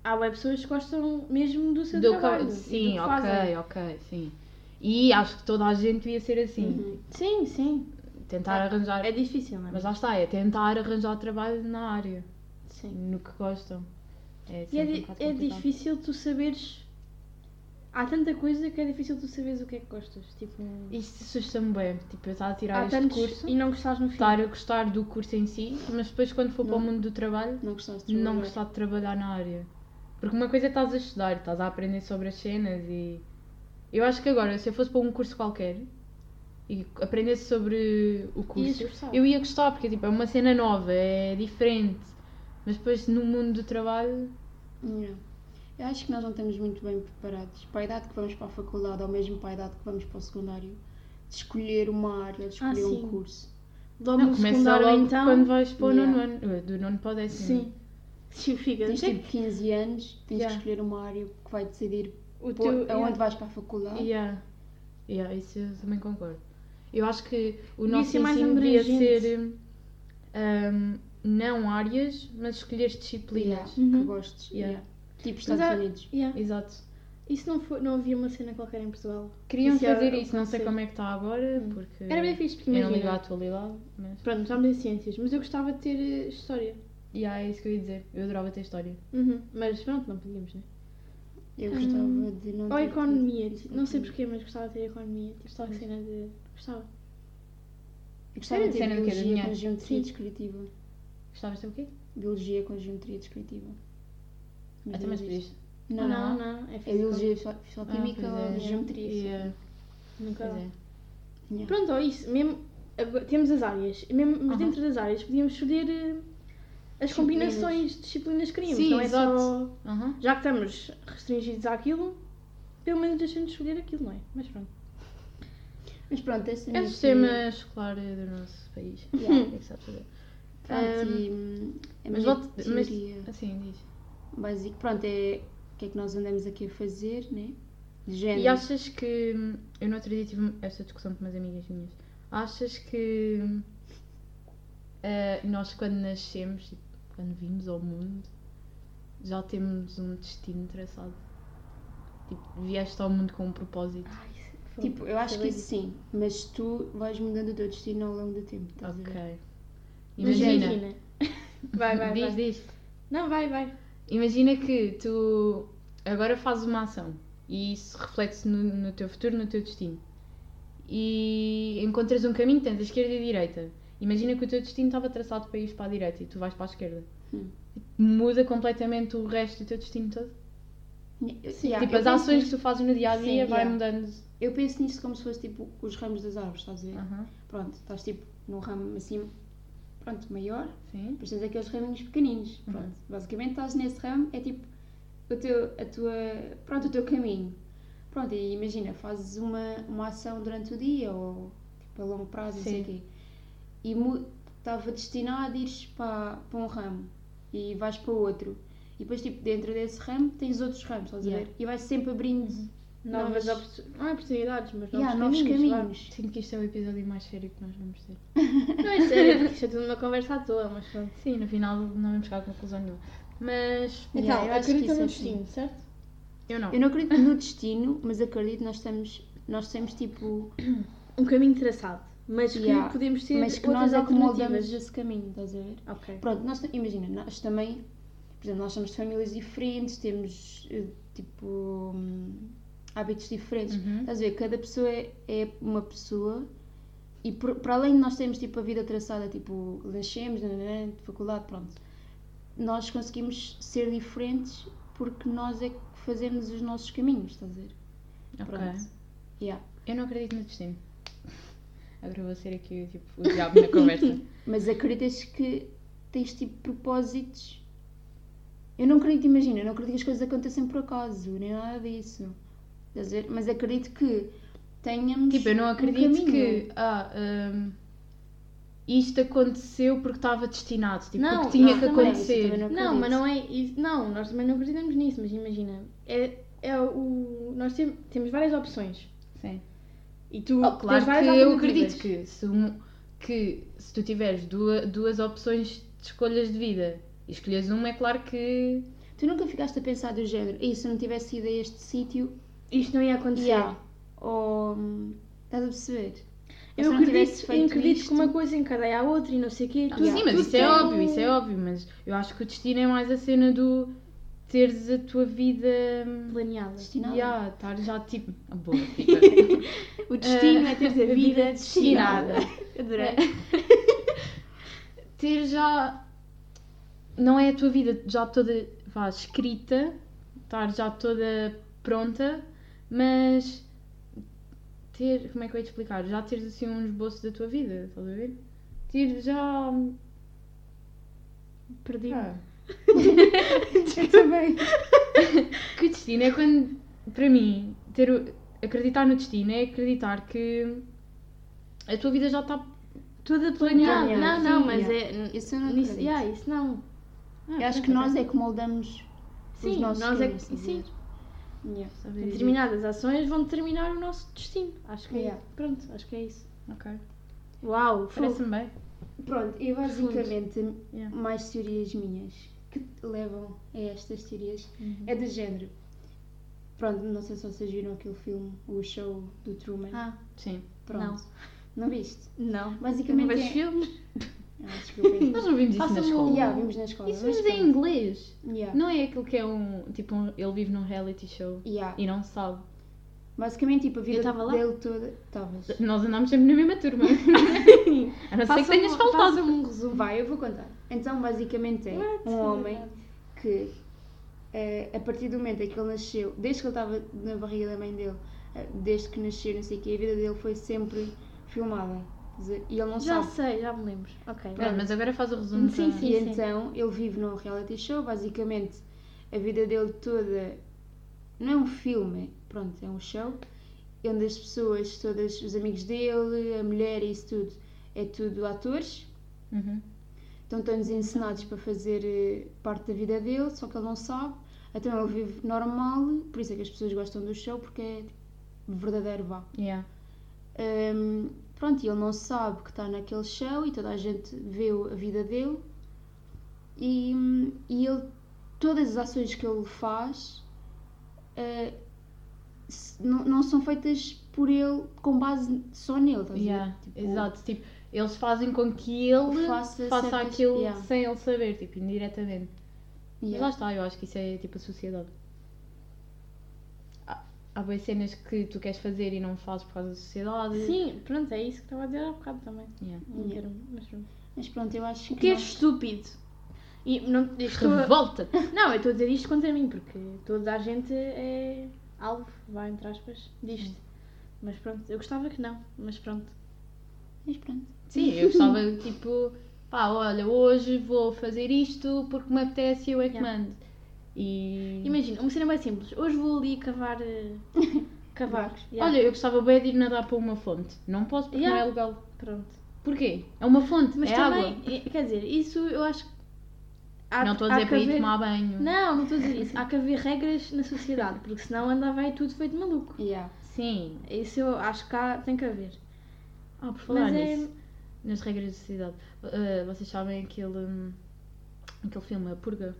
[SPEAKER 2] há web pessoas que gostam mesmo é do seu
[SPEAKER 1] Do que-
[SPEAKER 2] trabalho. e do
[SPEAKER 1] sim,
[SPEAKER 2] que
[SPEAKER 1] ok,
[SPEAKER 2] fazem.
[SPEAKER 1] ok, sim. E acho que toda a gente devia ser assim.
[SPEAKER 3] Uhum.
[SPEAKER 2] Sim, sim.
[SPEAKER 1] Tentar arranjar.
[SPEAKER 2] É difícil, não é?
[SPEAKER 1] Mas lá está, é tentar arranjar trabalho na área,
[SPEAKER 2] Sim.
[SPEAKER 1] no que gostam. É,
[SPEAKER 2] E
[SPEAKER 1] sempre
[SPEAKER 2] é,
[SPEAKER 1] um
[SPEAKER 2] di-
[SPEAKER 1] bocado
[SPEAKER 2] é
[SPEAKER 1] complicado.
[SPEAKER 2] difícil tu saberes. Há tanta coisa que é difícil tu saberes o que é que gostas. Tipo,
[SPEAKER 1] Isto assusta-me bem. Tipo, eu estava a tirar
[SPEAKER 2] há
[SPEAKER 1] este
[SPEAKER 2] tantos
[SPEAKER 1] curso,
[SPEAKER 2] e não gostares no fim.
[SPEAKER 1] estar a gostar do curso em si, mas depois quando for para o
[SPEAKER 3] Não. é.
[SPEAKER 1] mundo do trabalho,
[SPEAKER 3] Não gostaste de
[SPEAKER 1] não
[SPEAKER 3] trabalhar.
[SPEAKER 1] gostar de trabalhar na área. Porque uma coisa é estás a estudar, estás a aprender sobre as cenas e. Eu acho que agora, se eu fosse para um curso qualquer e aprendesse sobre o curso,
[SPEAKER 2] Ias gostar.
[SPEAKER 1] eu ia gostar, porque tipo, é uma cena nova, é diferente. Mas depois no mundo do trabalho.
[SPEAKER 3] Yeah. Eu acho que nós não estamos muito bem preparados para a idade que vamos para a faculdade ou mesmo para a idade que vamos para o secundário, de escolher uma área, de
[SPEAKER 2] Ah,
[SPEAKER 3] escolher
[SPEAKER 2] sim.
[SPEAKER 3] um curso.
[SPEAKER 2] Logo
[SPEAKER 1] Não,
[SPEAKER 2] no
[SPEAKER 1] começa
[SPEAKER 2] secundário,
[SPEAKER 1] logo
[SPEAKER 2] então.
[SPEAKER 1] quando vais para o
[SPEAKER 3] Yeah.
[SPEAKER 1] nono ano. eh, Do nono para o décimo.
[SPEAKER 2] Sim. Sim, fica.
[SPEAKER 3] Tens
[SPEAKER 2] Sim.
[SPEAKER 3] tipo 15 anos, tens
[SPEAKER 1] Yeah.
[SPEAKER 3] que escolher uma área que vai decidir
[SPEAKER 2] O
[SPEAKER 3] por- aonde
[SPEAKER 2] yeah.
[SPEAKER 3] vais para a faculdade.
[SPEAKER 1] Yeah. Yeah, isso eu também concordo. Eu acho que o
[SPEAKER 2] Devia
[SPEAKER 1] nosso
[SPEAKER 2] ser mais
[SPEAKER 1] ensino devia
[SPEAKER 2] abrangente.
[SPEAKER 1] ser hum, não áreas, mas escolher disciplinas.
[SPEAKER 3] Yeah,
[SPEAKER 2] Uhum.
[SPEAKER 3] Que gostes.
[SPEAKER 1] Yeah.
[SPEAKER 3] Yeah. Tipo
[SPEAKER 2] Mas
[SPEAKER 3] Estados
[SPEAKER 2] há-
[SPEAKER 3] Unidos.
[SPEAKER 2] yeah.
[SPEAKER 1] Exato.
[SPEAKER 2] Isso não, foi, não havia uma cena qualquer em Portugal.
[SPEAKER 1] Queriam
[SPEAKER 2] Isso é
[SPEAKER 1] fazer
[SPEAKER 2] o que
[SPEAKER 1] isso, não sei
[SPEAKER 2] aconteceu.
[SPEAKER 1] como é que está agora, porque
[SPEAKER 2] Era bem fixe, porque
[SPEAKER 1] eu não ligo à
[SPEAKER 2] imagina.
[SPEAKER 1] atualidade, mas.
[SPEAKER 2] Pronto, já me dei ciências, mas eu gostava de ter eh, história.
[SPEAKER 1] E yeah, é isso que eu ia dizer. Eu adorava ter história.
[SPEAKER 2] Uhum. Mas pronto, não podíamos, né?
[SPEAKER 3] Eu gostava de não.
[SPEAKER 2] Ou
[SPEAKER 3] ter
[SPEAKER 2] economia,
[SPEAKER 3] tido-
[SPEAKER 2] tipo, não sei porquê, mas gostava de ter economia. Tipo, só a cena de. Gostava.
[SPEAKER 3] Eu Gostava de ter
[SPEAKER 1] Cena do quê? Do
[SPEAKER 3] biologia,
[SPEAKER 1] dinheiro?
[SPEAKER 3] conjuntura
[SPEAKER 2] Sim.
[SPEAKER 3] descritiva.
[SPEAKER 1] Gostavas de ter o quê?
[SPEAKER 3] Biologia, conjuntura descritiva. Mas
[SPEAKER 1] Até
[SPEAKER 3] não
[SPEAKER 1] mais
[SPEAKER 3] existe.
[SPEAKER 1] pediste.
[SPEAKER 3] Não, não.
[SPEAKER 2] não, é
[SPEAKER 3] É
[SPEAKER 2] físico.
[SPEAKER 3] biologia só- só química ou geometria. sim.
[SPEAKER 1] Ah, é. Yeah.
[SPEAKER 2] Nunca.
[SPEAKER 1] Pois é.
[SPEAKER 3] Yeah.
[SPEAKER 2] Pronto, ou isso, mesmo. agora- Temos as áreas, e mesmo, mas
[SPEAKER 1] Aham.
[SPEAKER 2] dentro das áreas podíamos escolher eh, as
[SPEAKER 3] Disciplinas.
[SPEAKER 2] combinações de disciplinas que queríamos.
[SPEAKER 1] Sim,
[SPEAKER 2] não é
[SPEAKER 1] exato.
[SPEAKER 2] só.
[SPEAKER 1] Aham.
[SPEAKER 2] Já que estamos restringidos àquilo, pelo menos deixamos escolher aquilo, não é? Mas pronto.
[SPEAKER 3] Mas pronto, essa
[SPEAKER 1] É o sistema escolar do nosso país.
[SPEAKER 3] Yeah.
[SPEAKER 1] É que sabes fazer.
[SPEAKER 3] Pronto, e hum, a
[SPEAKER 1] Mas
[SPEAKER 3] minha
[SPEAKER 1] volto. Mas,
[SPEAKER 3] teoria
[SPEAKER 1] assim, diz.
[SPEAKER 3] básica, pronto, é o que é que nós andamos aqui a fazer, né? De género.
[SPEAKER 1] E achas que. Eu no outro dia tive esta discussão com umas amigas minhas. Achas que. eh, nós, quando nascemos, tipo, quando vimos ao mundo, já temos um destino traçado? Tipo, vieste ao mundo com um propósito.
[SPEAKER 2] Ai, isso foi-
[SPEAKER 3] Tipo, eu acho
[SPEAKER 2] foi
[SPEAKER 3] que
[SPEAKER 2] bem
[SPEAKER 3] isso sim, mas tu vais mudando o teu destino ao longo do tempo, estás a ver?
[SPEAKER 1] Ok.
[SPEAKER 2] Mas
[SPEAKER 1] Imagina.
[SPEAKER 2] vai, vai,
[SPEAKER 1] diz,
[SPEAKER 2] vai.
[SPEAKER 1] diz.
[SPEAKER 2] Não, vai, vai.
[SPEAKER 1] Imagina que tu agora fazes uma ação e isso reflete-se no, no teu futuro, no teu destino. E encontras um caminho, tens a esquerda e a direita. Imagina que o teu destino estava traçado para ir para a direita e tu vais para a esquerda.
[SPEAKER 3] Hum.
[SPEAKER 1] Muda completamente o resto do teu destino todo.
[SPEAKER 3] Sim, yeah,
[SPEAKER 1] tipo,
[SPEAKER 3] eu
[SPEAKER 1] as
[SPEAKER 3] penso
[SPEAKER 1] ações que
[SPEAKER 3] nisto-
[SPEAKER 1] tu fazes no dia a dia
[SPEAKER 3] Sim,
[SPEAKER 1] vai
[SPEAKER 3] yeah.
[SPEAKER 1] mudando.
[SPEAKER 3] Eu penso nisto como se fosse tipo os ramos das árvores, estás a ver?
[SPEAKER 1] Aham,
[SPEAKER 3] Pronto, estás tipo num ramo assim, pronto, maior,
[SPEAKER 1] Sim.
[SPEAKER 3] depois tens aqueles raminhos pequeninos.
[SPEAKER 1] Uhum.
[SPEAKER 3] Pronto, basicamente estás nesse ramo, é tipo o teu, a tua, pronto, o teu caminho. Pronto, e imagina, fazes uma, uma ação durante o dia ou tipo, a longo prazo, não sei o
[SPEAKER 1] Sim.
[SPEAKER 3] quê. E mu- estava destinado a ires para, para um ramo e vais para outro. E depois, tipo, dentro desse ramo tens outros ramos, estás a
[SPEAKER 1] Yeah.
[SPEAKER 3] ver? E vais sempre abrindo
[SPEAKER 2] Novas,
[SPEAKER 3] Novas-
[SPEAKER 2] opor- não é oportunidades, mas novos
[SPEAKER 3] yeah, novos
[SPEAKER 2] caminhos. vá.
[SPEAKER 3] caminhos.
[SPEAKER 1] Sinto que isto é o episódio mais sério que nós vamos ter.
[SPEAKER 2] Não é sério, porque isto é tudo uma conversa à toa, mas pronto.
[SPEAKER 1] Sim, no final não vamos chegar a conclusão nenhuma. Mas
[SPEAKER 2] Então,
[SPEAKER 3] Yeah, eu acho que
[SPEAKER 2] acredita
[SPEAKER 3] isso é
[SPEAKER 2] no
[SPEAKER 3] assim.
[SPEAKER 2] destino, certo?
[SPEAKER 1] eu não.
[SPEAKER 3] Eu não acredito no destino, mas acredito que nós estamos, nós temos tipo.
[SPEAKER 2] Um caminho traçado, mas
[SPEAKER 3] Yeah,
[SPEAKER 2] que podemos ter
[SPEAKER 3] mas que
[SPEAKER 2] outras
[SPEAKER 3] nós é que moldamos
[SPEAKER 2] alternativas.
[SPEAKER 3] esse caminho, estás a ver?
[SPEAKER 2] Ok.
[SPEAKER 3] Pronto, nós, ta- imagina, nós também, por exemplo, nós somos de famílias diferentes, temos eh, tipo hum, hábitos diferentes.
[SPEAKER 1] Uhum.
[SPEAKER 3] Estás a ver? Cada pessoa é, é uma pessoa e por- para além de nós termos tipo a vida traçada, tipo, nascemos, nananã, de faculdade, pronto, nós conseguimos ser diferentes porque nós é que fazemos os nossos caminhos, estás a ver?
[SPEAKER 1] Ok.
[SPEAKER 3] Pronto. Yeah.
[SPEAKER 1] Eu não acredito no destino. Agora vou ser aqui tipo, o diabo na conversa.
[SPEAKER 3] Mas acreditas que tens tipo propósitos? Eu não acredito, imagina, eu não acredito que as coisas acontecem por acaso, nem nada disso. Estás a ver? Mas acredito que tenhamos.
[SPEAKER 1] tipo, eu não
[SPEAKER 3] um
[SPEAKER 1] acredito
[SPEAKER 3] caminho.
[SPEAKER 1] que ah, hum, isto aconteceu porque estava destinado. Tipo,
[SPEAKER 2] Não,
[SPEAKER 1] porque tinha
[SPEAKER 2] não,
[SPEAKER 1] que
[SPEAKER 3] também, isso
[SPEAKER 1] acontecer.
[SPEAKER 3] também não
[SPEAKER 2] Não,
[SPEAKER 3] acredito.
[SPEAKER 2] mas não é isso. Não, nós também não acreditamos nisso, mas imagina. É, é o. Nós tem- temos várias opções.
[SPEAKER 1] Sim.
[SPEAKER 2] E tu
[SPEAKER 1] Oh, claro
[SPEAKER 2] tens várias
[SPEAKER 1] que eu
[SPEAKER 2] alternativas.
[SPEAKER 1] acredito que se, um- que se tu tiveres dua- duas opções de escolhas de vida e escolheres uma, é claro que.
[SPEAKER 3] Tu nunca ficaste a pensar do género, e se eu não tivesse ido a este sítio,
[SPEAKER 2] isto não ia acontecer.
[SPEAKER 3] yeah. ou. hum, Estás a perceber? Ou se
[SPEAKER 2] Eu
[SPEAKER 3] não tivesse
[SPEAKER 2] acredito, eu
[SPEAKER 3] feito
[SPEAKER 2] acredito que
[SPEAKER 3] isto- Ah,
[SPEAKER 2] uma coisa encadeia a outra e não sei o quê. tudo-
[SPEAKER 1] Sim, mas
[SPEAKER 2] tudo
[SPEAKER 1] isso é
[SPEAKER 2] tem
[SPEAKER 1] óbvio,
[SPEAKER 2] um-
[SPEAKER 1] isso é óbvio. Mas eu acho que o destino é mais a cena do teres a tua vida. hum,
[SPEAKER 2] Planeada.
[SPEAKER 3] Destinada.
[SPEAKER 1] Ya, estar já tipo. Boa, fica.
[SPEAKER 3] O destino é teres a vida
[SPEAKER 1] destinada.
[SPEAKER 3] destinada.
[SPEAKER 2] Adorei.
[SPEAKER 1] Ter já. Não é a tua vida já toda vá, escrita, estar já toda pronta, mas. Ter. Como é que eu ia te explicar? Já teres assim um esboço da tua vida, estás a ver? Ter já.
[SPEAKER 2] Perdi.
[SPEAKER 1] Ah,
[SPEAKER 3] Eu também.
[SPEAKER 1] Que destino é quando. Para mim, ter, o- acreditar no destino é acreditar que. A tua vida já tá, ah, está.
[SPEAKER 2] Toda planeada.
[SPEAKER 3] Planeada,
[SPEAKER 2] é Não, não,
[SPEAKER 3] sim,
[SPEAKER 2] mas
[SPEAKER 3] yeah.
[SPEAKER 2] é.
[SPEAKER 3] Isso eu não
[SPEAKER 2] nisso-
[SPEAKER 3] acredito.
[SPEAKER 2] yeah, isso não.
[SPEAKER 3] Eu acho
[SPEAKER 1] tá
[SPEAKER 3] que nós é que moldamos os
[SPEAKER 2] Sim,
[SPEAKER 3] nossos
[SPEAKER 2] nós é que.
[SPEAKER 3] caminhos, estás a
[SPEAKER 2] Sim,
[SPEAKER 3] ver? Yeah.
[SPEAKER 2] determinadas ações vão determinar o nosso destino. Acho que é.
[SPEAKER 3] Yeah.
[SPEAKER 2] Pronto, acho que é isso.
[SPEAKER 1] Ok.
[SPEAKER 2] Uau, fogo.
[SPEAKER 1] Parece-me bem.
[SPEAKER 3] Pronto, e basicamente
[SPEAKER 1] Yeah.
[SPEAKER 3] mais teorias minhas que levam a estas teorias é do género. Pronto, não sei se vocês viram aquele filme, o show do Truman.
[SPEAKER 2] Ah,
[SPEAKER 1] Sim.
[SPEAKER 3] Pronto. Não, viste?
[SPEAKER 2] não.
[SPEAKER 3] Basicamente
[SPEAKER 2] Não vejo
[SPEAKER 3] é-
[SPEAKER 2] filmes.
[SPEAKER 3] Ah, desculpa.
[SPEAKER 1] Nós não vimos isso na
[SPEAKER 2] Faça-me
[SPEAKER 1] escola.
[SPEAKER 2] um-
[SPEAKER 3] yeah, vimos na escola.
[SPEAKER 1] Isso
[SPEAKER 3] mas
[SPEAKER 1] mas é em
[SPEAKER 3] pronto.
[SPEAKER 1] inglês.
[SPEAKER 3] Yeah.
[SPEAKER 1] Não é aquilo que é um. Tipo, um- ele vive num reality show
[SPEAKER 3] Yeah.
[SPEAKER 1] e não sabe.
[SPEAKER 3] Basicamente, tipo, a vida
[SPEAKER 2] tava lá?
[SPEAKER 3] dele toda. Estavas.
[SPEAKER 1] Nós andamos sempre na mesma turma. A
[SPEAKER 2] é
[SPEAKER 1] não ser que tenhas faltado.
[SPEAKER 2] Faça-me um resumo.
[SPEAKER 3] Vai, eu vou contar. Então, basicamente, é
[SPEAKER 2] What?
[SPEAKER 3] um homem que, eh, a partir do momento em que ele nasceu, desde que ele estava na barriga da mãe dele, eh, desde que nasceu, não sei o quê, a vida dele foi sempre filmada. Quer dizer, E ele não
[SPEAKER 2] Já
[SPEAKER 3] sabe.
[SPEAKER 2] sei, já me lembro. Ok.
[SPEAKER 1] Pronto, mas agora faz o resumo.
[SPEAKER 2] Sim,
[SPEAKER 1] para-
[SPEAKER 2] sim.
[SPEAKER 3] E então, ele vive num reality show, basicamente, a vida dele toda. Não é um filme, pronto, é um show, onde as pessoas, todas, os amigos dele, a mulher e isso tudo, é tudo atores.
[SPEAKER 1] Uhum.
[SPEAKER 3] Então estamos ensinados para fazer eh, parte da vida dele, só que ele não sabe. Então ele vive normal, por isso é que as pessoas gostam do show, porque é tipo, verdadeiro vá.
[SPEAKER 1] Yeah.
[SPEAKER 3] Hum, pronto, e ele não sabe que está naquele show e toda a gente vê o- a vida dele. E, hum, e ele, todas as ações que ele faz eh, se- não, não são feitas por ele com base só nele, estás a ver?
[SPEAKER 1] Yeah,
[SPEAKER 3] Tipo,
[SPEAKER 1] exato, tipo, eles fazem com que ele
[SPEAKER 3] Faça
[SPEAKER 1] faça,
[SPEAKER 3] certas-
[SPEAKER 1] aquilo
[SPEAKER 3] yeah.
[SPEAKER 1] sem ele saber, tipo, indiretamente. Mas lá
[SPEAKER 3] yeah.
[SPEAKER 1] está, eu acho que isso é tipo a sociedade. Há, há boas cenas que tu queres fazer e não fazes por causa da sociedade.
[SPEAKER 2] Sim, pronto, é isso que estava a dizer há bocado também.
[SPEAKER 1] Yeah.
[SPEAKER 2] Não quero, mas pronto.
[SPEAKER 3] Mas pronto, eu acho
[SPEAKER 2] O que é
[SPEAKER 3] nós-
[SPEAKER 2] estúpido? E não, eu estou a-
[SPEAKER 1] Revolta!
[SPEAKER 2] não, eu estou a dizer isto contra mim, porque toda a gente é alvo, vá entre aspas, disto. Mas pronto, eu gostava que não, mas pronto.
[SPEAKER 3] Mas pronto.
[SPEAKER 1] Sim, eu gostava, tipo, pá, olha, hoje vou fazer isto porque me apetece e eu é que
[SPEAKER 2] Yeah.
[SPEAKER 1] mando. E.
[SPEAKER 2] Imagina, uma cena mais simples. Hoje vou ali cavar. eh, cavar. Yeah.
[SPEAKER 1] Olha, eu gostava bem de ir nadar para uma fonte. Não posso porque
[SPEAKER 2] Yeah.
[SPEAKER 1] não é legal.
[SPEAKER 2] Pronto.
[SPEAKER 1] Porquê? É uma fonte,
[SPEAKER 2] Mas
[SPEAKER 1] é
[SPEAKER 2] também,
[SPEAKER 1] água.
[SPEAKER 2] eh, quer dizer, isso eu acho que. há-
[SPEAKER 1] não estou a
[SPEAKER 2] há
[SPEAKER 1] dizer
[SPEAKER 2] que
[SPEAKER 1] para ir
[SPEAKER 2] haver-
[SPEAKER 1] tomar um- banho.
[SPEAKER 2] Não, não estou a dizer isso. Há que haver regras na sociedade, porque senão andava aí tudo feito maluco.
[SPEAKER 3] Yeah.
[SPEAKER 1] Sim,
[SPEAKER 2] Isso eu acho que há, tem que haver.
[SPEAKER 1] Ah, por falar
[SPEAKER 2] Mas é-
[SPEAKER 1] nisso, nas regras da sociedade, eh, vocês sabem aquele, hum, aquele filme, A Purga?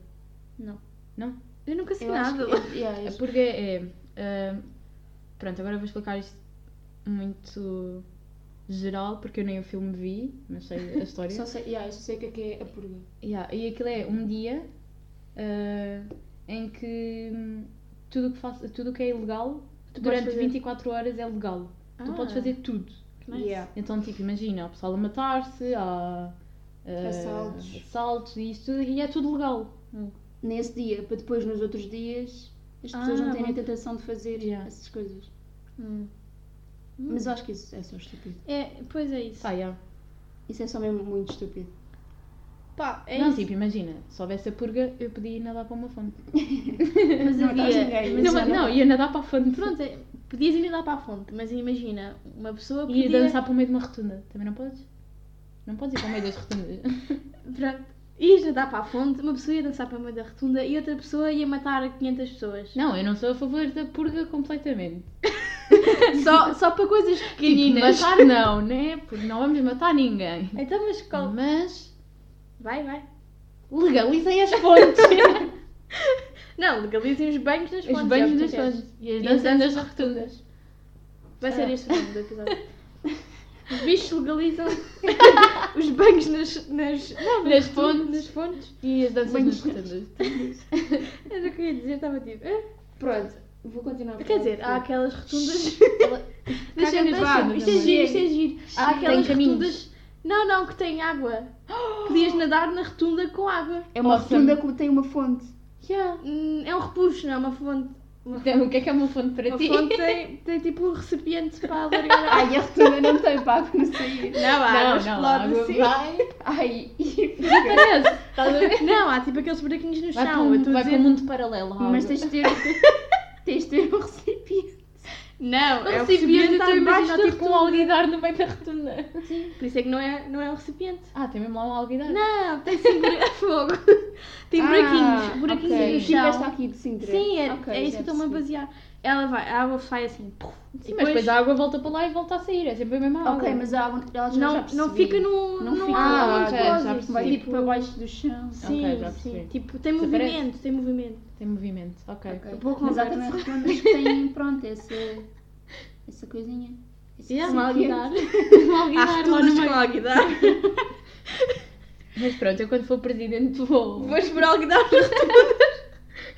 [SPEAKER 2] Não.
[SPEAKER 1] Não?
[SPEAKER 2] Eu nunca sei
[SPEAKER 3] Eu acho
[SPEAKER 2] nada.
[SPEAKER 3] que, eu, yeah,
[SPEAKER 1] A
[SPEAKER 3] eu,
[SPEAKER 1] Purga é... eh, pronto, agora vou explicar isto muito geral, porque eu nem o filme vi, mas sei a história.
[SPEAKER 3] só sei, yeah, eu só sei o que é que é a purga.
[SPEAKER 1] Yeah, e aquilo é um dia eh, em que hum, tudo o que faça- tudo o que é ilegal,
[SPEAKER 2] Tu podes
[SPEAKER 1] durante
[SPEAKER 2] fazer.
[SPEAKER 1] 24 horas é legal. Tu
[SPEAKER 2] Ah,
[SPEAKER 1] podes fazer tudo.
[SPEAKER 2] que nice.
[SPEAKER 3] Yeah.
[SPEAKER 1] Então, tipo, imagina, há pessoal a matar-se, há eh,
[SPEAKER 3] Assaltos.
[SPEAKER 1] assaltos e isso tudo, e é tudo legal.
[SPEAKER 3] Nesse dia, para depois nos outros dias as pessoas
[SPEAKER 2] Ah,
[SPEAKER 3] não terem a
[SPEAKER 2] bom.
[SPEAKER 3] tentação de fazer
[SPEAKER 1] Yeah.
[SPEAKER 3] essas coisas.
[SPEAKER 2] Hum.
[SPEAKER 3] Mas eu acho que isso é só estúpido.
[SPEAKER 2] É, pois é isso.
[SPEAKER 1] Pá, yeah.
[SPEAKER 3] Isso é só mesmo muito estúpido.
[SPEAKER 2] Pá, é
[SPEAKER 1] não,
[SPEAKER 2] isso.
[SPEAKER 1] tipo, imagina, se houvesse a purga, eu podia ir nadar para uma fonte.
[SPEAKER 2] mas
[SPEAKER 3] não estás
[SPEAKER 2] havia.
[SPEAKER 3] ninguém.
[SPEAKER 2] mas
[SPEAKER 1] não,
[SPEAKER 2] já
[SPEAKER 1] mas não, ia nadar para a fonte.
[SPEAKER 2] Pronto, é, podias ir lá para a fonte, mas imagina, uma pessoa
[SPEAKER 1] E
[SPEAKER 2] podia...
[SPEAKER 1] ir dançar para o meio de uma rotunda. Também não podes? Não podes ir para o meio das rotundas.
[SPEAKER 2] Pronto. Ias nadar para a fonte, uma pessoa ia dançar para a meio da rotunda e outra pessoa ia matar 500 pessoas.
[SPEAKER 1] Não, eu não sou a favor da purga completamente.
[SPEAKER 2] Só, só para coisas
[SPEAKER 1] Tipo,
[SPEAKER 2] pequeninas.
[SPEAKER 1] matar não, né? Porque não vamos matar ninguém.
[SPEAKER 2] Então, mas qual...
[SPEAKER 1] Mas
[SPEAKER 2] Vai, vai.
[SPEAKER 1] legalizem as fontes.
[SPEAKER 2] Não, legalizem os banhos nas fontes.
[SPEAKER 1] os
[SPEAKER 2] é o
[SPEAKER 1] banhos
[SPEAKER 2] que
[SPEAKER 1] das
[SPEAKER 2] tu queres.
[SPEAKER 1] fontes. E as
[SPEAKER 2] E as
[SPEAKER 1] danças
[SPEAKER 2] danças
[SPEAKER 1] das rotundas.
[SPEAKER 2] Vai ser
[SPEAKER 1] Ah.
[SPEAKER 2] este o nome do episódio. Os bichos legalizam os banhos nas, nas, não,
[SPEAKER 1] Nas
[SPEAKER 2] retu-
[SPEAKER 1] fontes.
[SPEAKER 2] nas fontes.
[SPEAKER 1] E as danças
[SPEAKER 3] Banhos
[SPEAKER 1] das rotundas.
[SPEAKER 2] Era o É que eu ia dizer, estava tipo. "Ah?"
[SPEAKER 3] Pronto, vou continuar.
[SPEAKER 2] Quer dizer, há aquelas rotundas.
[SPEAKER 1] Deixa-me,
[SPEAKER 2] Deixa-me, Isto é giro, isto é giro. Há aquelas
[SPEAKER 1] Tem caminhos.
[SPEAKER 2] rotundas. Não, não, que tem água. Podias nadar na rotunda com água.
[SPEAKER 3] É uma
[SPEAKER 1] Awesome.
[SPEAKER 3] rotunda que tem uma fonte.
[SPEAKER 1] Yeah.
[SPEAKER 2] Hum, É um repuxo, não é uma fonte. Uma fonte,
[SPEAKER 1] Então, o que é que é uma fonte para
[SPEAKER 2] uma
[SPEAKER 1] ti?
[SPEAKER 2] fonte tem, tem tipo um recipiente para alargar a água.
[SPEAKER 3] Ai, a rotunda não tem para a água sair.
[SPEAKER 2] Não, a água explode
[SPEAKER 1] água
[SPEAKER 2] assim.
[SPEAKER 1] vai.
[SPEAKER 3] Ai, e-
[SPEAKER 1] Desaparece. Estás a ver?
[SPEAKER 2] Não, há tipo aqueles buraquinhos no
[SPEAKER 1] Vai para
[SPEAKER 2] chão. eu
[SPEAKER 1] um,
[SPEAKER 2] estou a
[SPEAKER 1] vai para
[SPEAKER 2] dizer-
[SPEAKER 1] um mundo paralelo. a
[SPEAKER 3] mas
[SPEAKER 1] água.
[SPEAKER 3] tens de ter, tens de ter um recipiente.
[SPEAKER 2] Não,
[SPEAKER 1] Não
[SPEAKER 2] é um
[SPEAKER 1] se vier,
[SPEAKER 2] recipiente
[SPEAKER 1] eu
[SPEAKER 2] está
[SPEAKER 1] estou a
[SPEAKER 2] embaixo
[SPEAKER 1] imaginar
[SPEAKER 2] da
[SPEAKER 1] tipo um alguidar no meio da rotunda.
[SPEAKER 2] Por isso é que não é, não é um recipiente.
[SPEAKER 1] Ah, tem mesmo lá um alguidar?
[SPEAKER 2] Não, tem sim bura- fogo. Tem
[SPEAKER 3] Ah,
[SPEAKER 2] buraquinhos, buraquinhos
[SPEAKER 3] ok.
[SPEAKER 2] no
[SPEAKER 3] Tipo
[SPEAKER 2] chão.
[SPEAKER 3] esta aqui de Sintra.
[SPEAKER 2] Sim, é,
[SPEAKER 3] Ok,
[SPEAKER 2] é isso
[SPEAKER 3] já
[SPEAKER 2] que eu estou-me a
[SPEAKER 3] percebi.
[SPEAKER 2] basear. Ela vai, a água sai assim. puf,
[SPEAKER 1] Sim,
[SPEAKER 2] e
[SPEAKER 1] mas depois a água volta para lá e volta a sair. É sempre a mesma água.
[SPEAKER 3] Ok, mas a água, ela já, já
[SPEAKER 2] não,
[SPEAKER 3] percebi.
[SPEAKER 2] não fica no.
[SPEAKER 3] Não
[SPEAKER 2] no
[SPEAKER 3] fica
[SPEAKER 2] ar,
[SPEAKER 1] Ah,
[SPEAKER 2] no
[SPEAKER 1] ok,
[SPEAKER 2] depósito.
[SPEAKER 1] já percebi.
[SPEAKER 3] Vai
[SPEAKER 2] Sim,
[SPEAKER 3] tipo para baixo do chão.
[SPEAKER 2] Sim,
[SPEAKER 1] Ok, já
[SPEAKER 2] sim.
[SPEAKER 1] percebi.
[SPEAKER 2] Tipo, tem
[SPEAKER 1] Desaparece.
[SPEAKER 2] movimento, tem movimento.
[SPEAKER 1] Tem movimento, ok.
[SPEAKER 3] Ok.
[SPEAKER 2] Boa
[SPEAKER 3] Mas há
[SPEAKER 2] conversa.
[SPEAKER 3] também rotundas que têm, pronto, essa, essa coisinha. Esse
[SPEAKER 2] Yeah, um
[SPEAKER 3] recipiente.
[SPEAKER 2] alguidar. Ah,
[SPEAKER 1] Um alguidar lá no meio.
[SPEAKER 2] alguidar.
[SPEAKER 1] Mas pronto, eu quando for presidente vou...
[SPEAKER 2] Vou esperar alguidar.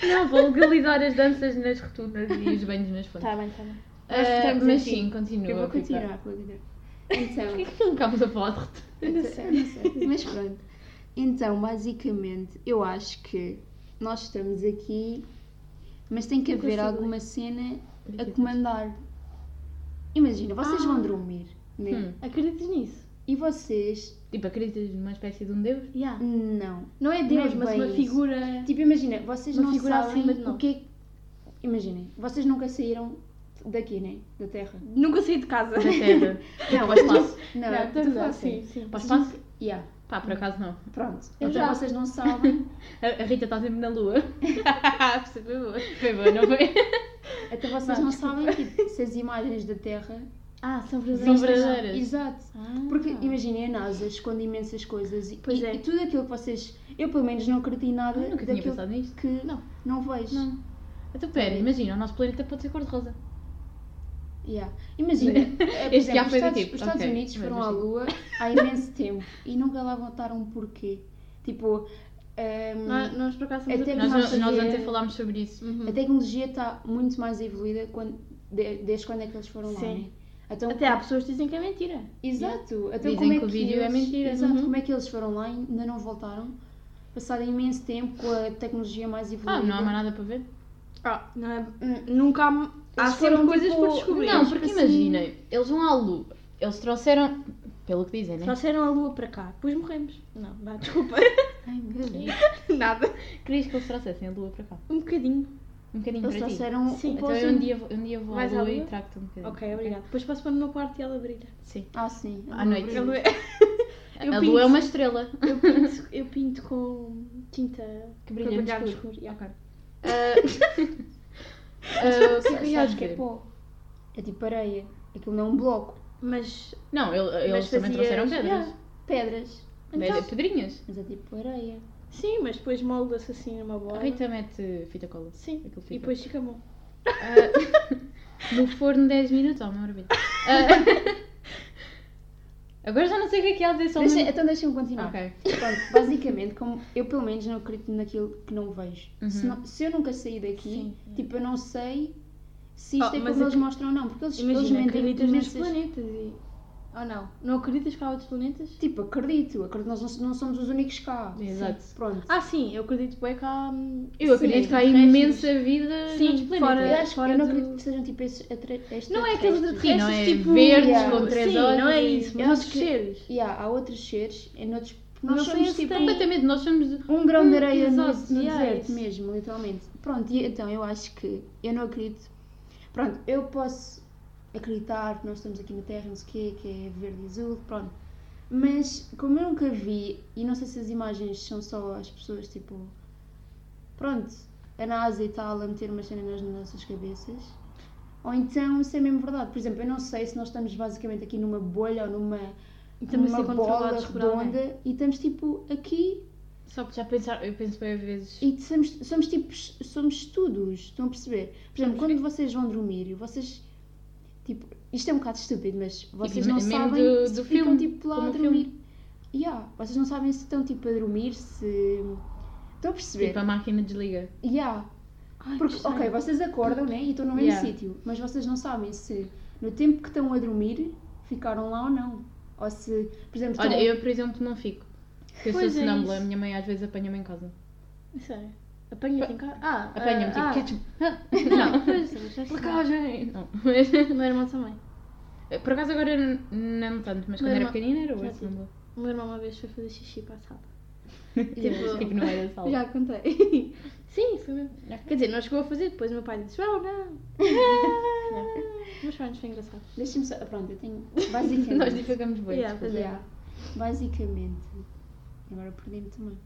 [SPEAKER 1] Não, vou legalizar as danças nas rotundas e os banhos nas fontes.
[SPEAKER 2] Tá bem, tá bem.
[SPEAKER 1] Ah,
[SPEAKER 3] Nós votamos
[SPEAKER 1] mas
[SPEAKER 3] em ti.
[SPEAKER 1] sim, continua.
[SPEAKER 3] Eu vou
[SPEAKER 1] Pipa.
[SPEAKER 3] continuar com o alguidar. Então,
[SPEAKER 1] Porquê que colocámos a falar de rotundas?
[SPEAKER 3] eu não sei, não sei. Mas pronto. Então, basicamente, eu acho que nós estamos aqui, mas tem que
[SPEAKER 2] Nunca
[SPEAKER 3] haver
[SPEAKER 2] sei
[SPEAKER 3] alguma cena
[SPEAKER 1] Hum.
[SPEAKER 3] a comandar. Imagina, vocês vão
[SPEAKER 2] Ah.
[SPEAKER 3] dormir, né?
[SPEAKER 1] Hum.
[SPEAKER 2] Acreditas nisso?
[SPEAKER 3] E vocês,
[SPEAKER 1] Tipo, acreditas numa espécie de um deus?
[SPEAKER 2] Yeah.
[SPEAKER 3] não.
[SPEAKER 2] Não é Deus,
[SPEAKER 3] Não é
[SPEAKER 2] mas
[SPEAKER 3] bem
[SPEAKER 2] uma
[SPEAKER 3] isso.
[SPEAKER 2] figura.
[SPEAKER 3] Tipo, imagina, vocês
[SPEAKER 2] Uma
[SPEAKER 3] não
[SPEAKER 2] figura
[SPEAKER 3] sabem
[SPEAKER 2] acima de
[SPEAKER 3] o
[SPEAKER 2] nós.
[SPEAKER 3] que é que... Imaginem, vocês nunca saíram daqui, né? Da Terra.
[SPEAKER 2] Nunca saí de casa.
[SPEAKER 1] Da terra.
[SPEAKER 3] Não,
[SPEAKER 1] Para o
[SPEAKER 3] vocês
[SPEAKER 1] espaço.
[SPEAKER 3] Não,
[SPEAKER 2] Não,
[SPEAKER 3] é
[SPEAKER 2] tanto
[SPEAKER 3] tudo
[SPEAKER 2] assim,
[SPEAKER 3] assim.
[SPEAKER 2] sim.
[SPEAKER 1] Para o espaço?
[SPEAKER 3] Yeah.
[SPEAKER 1] Pá, por acaso não.
[SPEAKER 3] Pronto,
[SPEAKER 1] Eu
[SPEAKER 3] então
[SPEAKER 1] já.
[SPEAKER 3] vocês não sabem.
[SPEAKER 1] A a Rita está sempre na lua. foi boa. Foi boa, não foi?
[SPEAKER 3] Até vocês
[SPEAKER 1] Não,
[SPEAKER 3] não sabem que se as imagens da Terra
[SPEAKER 1] Ah, são
[SPEAKER 3] São
[SPEAKER 1] verdadeiras.
[SPEAKER 3] Exato.
[SPEAKER 1] Ah.
[SPEAKER 3] Porque imaginem, a NASA esconde imensas coisas e,
[SPEAKER 2] Pois
[SPEAKER 3] e-
[SPEAKER 2] é.
[SPEAKER 3] e tudo aquilo que vocês. Eu pelo menos não acredito em nada
[SPEAKER 1] Ah, Eu nunca tinha
[SPEAKER 3] daquilo
[SPEAKER 1] pensado nisto.
[SPEAKER 3] que
[SPEAKER 1] Não.
[SPEAKER 3] não, vejo.
[SPEAKER 1] Não. Então, pera, imagina, o nosso planeta pode ser cor-de-rosa.
[SPEAKER 3] Yeah. Imagina, eh, por
[SPEAKER 1] Este
[SPEAKER 3] exemplo,
[SPEAKER 1] já
[SPEAKER 3] os
[SPEAKER 1] foi do
[SPEAKER 3] Estados,
[SPEAKER 1] tipo,
[SPEAKER 3] os Estados
[SPEAKER 1] ok,
[SPEAKER 3] Unidos
[SPEAKER 1] mas
[SPEAKER 3] foram à
[SPEAKER 1] assim.
[SPEAKER 3] Lua há imenso tempo e nunca lá voltaram porquê. Tipo, ehm,
[SPEAKER 1] Ah,
[SPEAKER 2] Nós, nós é- Uhum. por acaso somos
[SPEAKER 3] Até
[SPEAKER 2] a-
[SPEAKER 3] que
[SPEAKER 1] Nós,
[SPEAKER 3] nós
[SPEAKER 1] nós
[SPEAKER 3] fazia-
[SPEAKER 1] ontem falámos sobre isso.
[SPEAKER 3] a tecnologia está muito mais evoluída quando, de- desde quando é que eles foram lá,
[SPEAKER 2] Sim.
[SPEAKER 3] né? Então,
[SPEAKER 2] Até há pessoas que dizem que é mentira.
[SPEAKER 3] Exato. Então,
[SPEAKER 1] Dizem
[SPEAKER 3] como é
[SPEAKER 1] que o vídeo é
[SPEAKER 3] eles-
[SPEAKER 1] mentira.
[SPEAKER 3] Exato.
[SPEAKER 2] Uhum.
[SPEAKER 3] Como é que eles foram lá e ainda não voltaram? Passado imenso tempo com a tecnologia mais evoluída.
[SPEAKER 1] Ah, não há mais nada para ver.
[SPEAKER 2] Ah, não é, nunca há, há
[SPEAKER 3] Eles
[SPEAKER 2] sempre
[SPEAKER 3] foram,
[SPEAKER 2] coisas
[SPEAKER 3] tipo,
[SPEAKER 2] por descobrir.
[SPEAKER 1] Não, porque
[SPEAKER 2] Assim,
[SPEAKER 1] imaginem, eles vão à lua. Eles trouxeram, pelo que dizem, né?
[SPEAKER 2] Se trouxeram a lua para cá, depois morremos. Não, vá, desculpa.
[SPEAKER 3] Ai, meu Deus.
[SPEAKER 2] Nada.
[SPEAKER 1] Querias que eles trouxessem a lua para cá.
[SPEAKER 2] Um bocadinho.
[SPEAKER 1] Um bocadinho
[SPEAKER 3] Eles
[SPEAKER 1] para ti.
[SPEAKER 3] trouxeram
[SPEAKER 2] Sim.
[SPEAKER 3] o
[SPEAKER 1] Então
[SPEAKER 3] pósito-
[SPEAKER 1] eu um dia, vou- um dia vou à
[SPEAKER 2] Vais à
[SPEAKER 1] lua,
[SPEAKER 2] lua?
[SPEAKER 1] e trago-te um bocadinho.
[SPEAKER 2] Ok, obrigada. Depois passo para o meu quarto e ela brilha.
[SPEAKER 1] Sim.
[SPEAKER 3] Ah, sim.
[SPEAKER 1] À noite.
[SPEAKER 2] Eu, é- eu
[SPEAKER 1] a
[SPEAKER 2] pinto-
[SPEAKER 1] lua é uma estrela.
[SPEAKER 2] eu pinto, eu pinto com tinta
[SPEAKER 1] Que
[SPEAKER 2] para
[SPEAKER 1] brilha no
[SPEAKER 2] brilhar no
[SPEAKER 1] escuro.
[SPEAKER 2] escuro. yeah.
[SPEAKER 1] Ah, ah, o que é que eu ia
[SPEAKER 3] Sabes que é
[SPEAKER 1] dizer?
[SPEAKER 3] pó. É tipo areia. Aquilo não é um bloco.
[SPEAKER 2] Mas
[SPEAKER 1] Não, ele- eles
[SPEAKER 2] Mas
[SPEAKER 1] também
[SPEAKER 2] fazias-
[SPEAKER 1] trouxeram pedras.
[SPEAKER 2] yeah.
[SPEAKER 3] Pedras.
[SPEAKER 1] Pedra-
[SPEAKER 2] então,
[SPEAKER 1] Pedrinhas.
[SPEAKER 3] Mas é tipo areia.
[SPEAKER 2] sim, mas depois molda-se assim numa bola.
[SPEAKER 1] A Rita mete fita cola.
[SPEAKER 2] Sim,
[SPEAKER 1] Aquilo fica.
[SPEAKER 2] e depois fica bom.
[SPEAKER 1] Ah, no forno 10 minutos, oh meu maravilha. Ah, agora já não sei o que é que há de dizer só
[SPEAKER 3] Deixa-
[SPEAKER 1] mesmo- Ah,
[SPEAKER 3] então deixa-me
[SPEAKER 2] tipo,
[SPEAKER 3] continuar.
[SPEAKER 1] Ok.
[SPEAKER 3] Pronto, basicamente, como eu pelo menos não acredito naquilo que não vejo.
[SPEAKER 1] Uhum.
[SPEAKER 3] Se, não- se eu nunca saí daqui, tipo, eu não sei se isto
[SPEAKER 2] Oh,
[SPEAKER 3] é
[SPEAKER 2] mas
[SPEAKER 3] como
[SPEAKER 2] é
[SPEAKER 3] eles
[SPEAKER 2] que-
[SPEAKER 3] mostram ou não. Porque eles, eles
[SPEAKER 2] Imagina,
[SPEAKER 3] mentem
[SPEAKER 2] acreditas nos
[SPEAKER 3] imensas-
[SPEAKER 2] planetas e... Ou não? Não acreditas que há outros planetas?
[SPEAKER 3] Tipo, acredito, acredito, nós não, não somos os únicos cá.
[SPEAKER 1] Exato.
[SPEAKER 3] Pronto.
[SPEAKER 2] Ah, sim, eu acredito bem que há... hum,
[SPEAKER 1] Eu
[SPEAKER 2] sim,
[SPEAKER 1] acredito que há
[SPEAKER 2] restos.
[SPEAKER 1] imensa vida
[SPEAKER 2] Sim,
[SPEAKER 1] noutros
[SPEAKER 2] fora-
[SPEAKER 1] planetas.
[SPEAKER 3] eu acho que
[SPEAKER 2] fora
[SPEAKER 3] eu não
[SPEAKER 2] do-
[SPEAKER 3] acredito que sejam tipo esses atra- extraterrestres.
[SPEAKER 2] Não é aqueles de
[SPEAKER 1] Sim, não é
[SPEAKER 2] tipo...
[SPEAKER 1] verdes
[SPEAKER 3] Yeah.
[SPEAKER 1] com três
[SPEAKER 2] sim,
[SPEAKER 1] olhos
[SPEAKER 2] não é
[SPEAKER 1] e-
[SPEAKER 2] isso,
[SPEAKER 3] Eu
[SPEAKER 2] mas
[SPEAKER 3] acho
[SPEAKER 2] outros
[SPEAKER 3] que-
[SPEAKER 2] seres.
[SPEAKER 3] Yeah, há outros seres em outros.
[SPEAKER 2] Não
[SPEAKER 3] Nós
[SPEAKER 2] sei
[SPEAKER 3] somos
[SPEAKER 2] se
[SPEAKER 3] tipo
[SPEAKER 2] tem-
[SPEAKER 1] Completamente, nós somos.
[SPEAKER 3] um grão de areia no,
[SPEAKER 2] Hum, exato,
[SPEAKER 3] no
[SPEAKER 2] yeah,
[SPEAKER 3] deserto
[SPEAKER 2] isso.
[SPEAKER 3] mesmo, literalmente. Pronto, e então eu acho que eu não acredito. Pronto, eu posso acreditar que nós estamos aqui na Terra, não sei o quê, que é verde e azul, pronto. Mas como eu nunca vi, e não sei se as imagens são só as pessoas tipo. Pronto, a NASA e tal a meter umas cenas nas nossas cabeças. Ou então se é mesmo verdade. Por exemplo, eu não sei se nós estamos basicamente aqui numa bolha ou numa,
[SPEAKER 2] E estamos a
[SPEAKER 3] numa
[SPEAKER 2] ser
[SPEAKER 3] bola
[SPEAKER 2] controlados por alguém.
[SPEAKER 3] redonda e estamos tipo aqui
[SPEAKER 1] Só por já pensar, eu penso bem às vezes.
[SPEAKER 3] e somos, somos tipo, somos estudos, estão a perceber? Por exemplo, quando vocês vão dormir, vocês, tipo, isto é um bocado estúpido, mas vocês
[SPEAKER 1] Tipo, me-
[SPEAKER 3] não
[SPEAKER 1] mesmo
[SPEAKER 3] sabem
[SPEAKER 1] do-
[SPEAKER 3] se
[SPEAKER 1] do
[SPEAKER 3] ficam
[SPEAKER 1] filme,
[SPEAKER 3] tipo lá a
[SPEAKER 1] como o filme.
[SPEAKER 3] dormir. Yeah, vocês não sabem se estão tipo a dormir, se... Estão a perceber?
[SPEAKER 1] Tipo, a máquina desliga.
[SPEAKER 3] Yeah.
[SPEAKER 2] Ai,
[SPEAKER 3] Porque,
[SPEAKER 2] que
[SPEAKER 3] ok,
[SPEAKER 2] estranho.
[SPEAKER 3] vocês acordam, né, e estão no mesmo
[SPEAKER 1] Yeah.
[SPEAKER 3] sítio, mas vocês não sabem se no tempo que estão a dormir, ficaram lá ou não. Ou se, por exemplo, estão...
[SPEAKER 1] Olha, eu, por exemplo, não fico. Porque eu sou
[SPEAKER 2] Então Pois é
[SPEAKER 1] sonâmbula, a
[SPEAKER 2] isso.
[SPEAKER 1] minha mãe às vezes apanha-me em casa.
[SPEAKER 2] Sério. Apanha-te em casa? Ah,
[SPEAKER 1] Apanha-me, tipo,
[SPEAKER 2] ah,
[SPEAKER 1] catch-me.
[SPEAKER 2] Não, é. pois, já sei.
[SPEAKER 1] Placagem! Não, mas. eh,
[SPEAKER 2] O meu irmão também.
[SPEAKER 1] Por acaso agora n- não tanto, mas quando
[SPEAKER 2] Meu
[SPEAKER 1] era
[SPEAKER 2] irmão-
[SPEAKER 1] pequenina era
[SPEAKER 2] Já
[SPEAKER 1] o
[SPEAKER 2] tive.
[SPEAKER 1] sonâmbula.
[SPEAKER 2] O meu irmão uma vez foi fazer xixi para a sala.
[SPEAKER 1] Tipo, tipo, não era sala.
[SPEAKER 2] Já contei. Sim, foi mesmo. Quer dizer, não chegou a fazer, depois o meu pai disse, oh, não. Mas foi, foi engraçado.
[SPEAKER 3] Deixem-me só... Pronto, eu tenho... Basicamente...
[SPEAKER 1] Nós divagamos bem.
[SPEAKER 2] Yeah,
[SPEAKER 1] desculpa.
[SPEAKER 2] fazer.
[SPEAKER 3] Yeah. Basicamente, agora perdi-me também.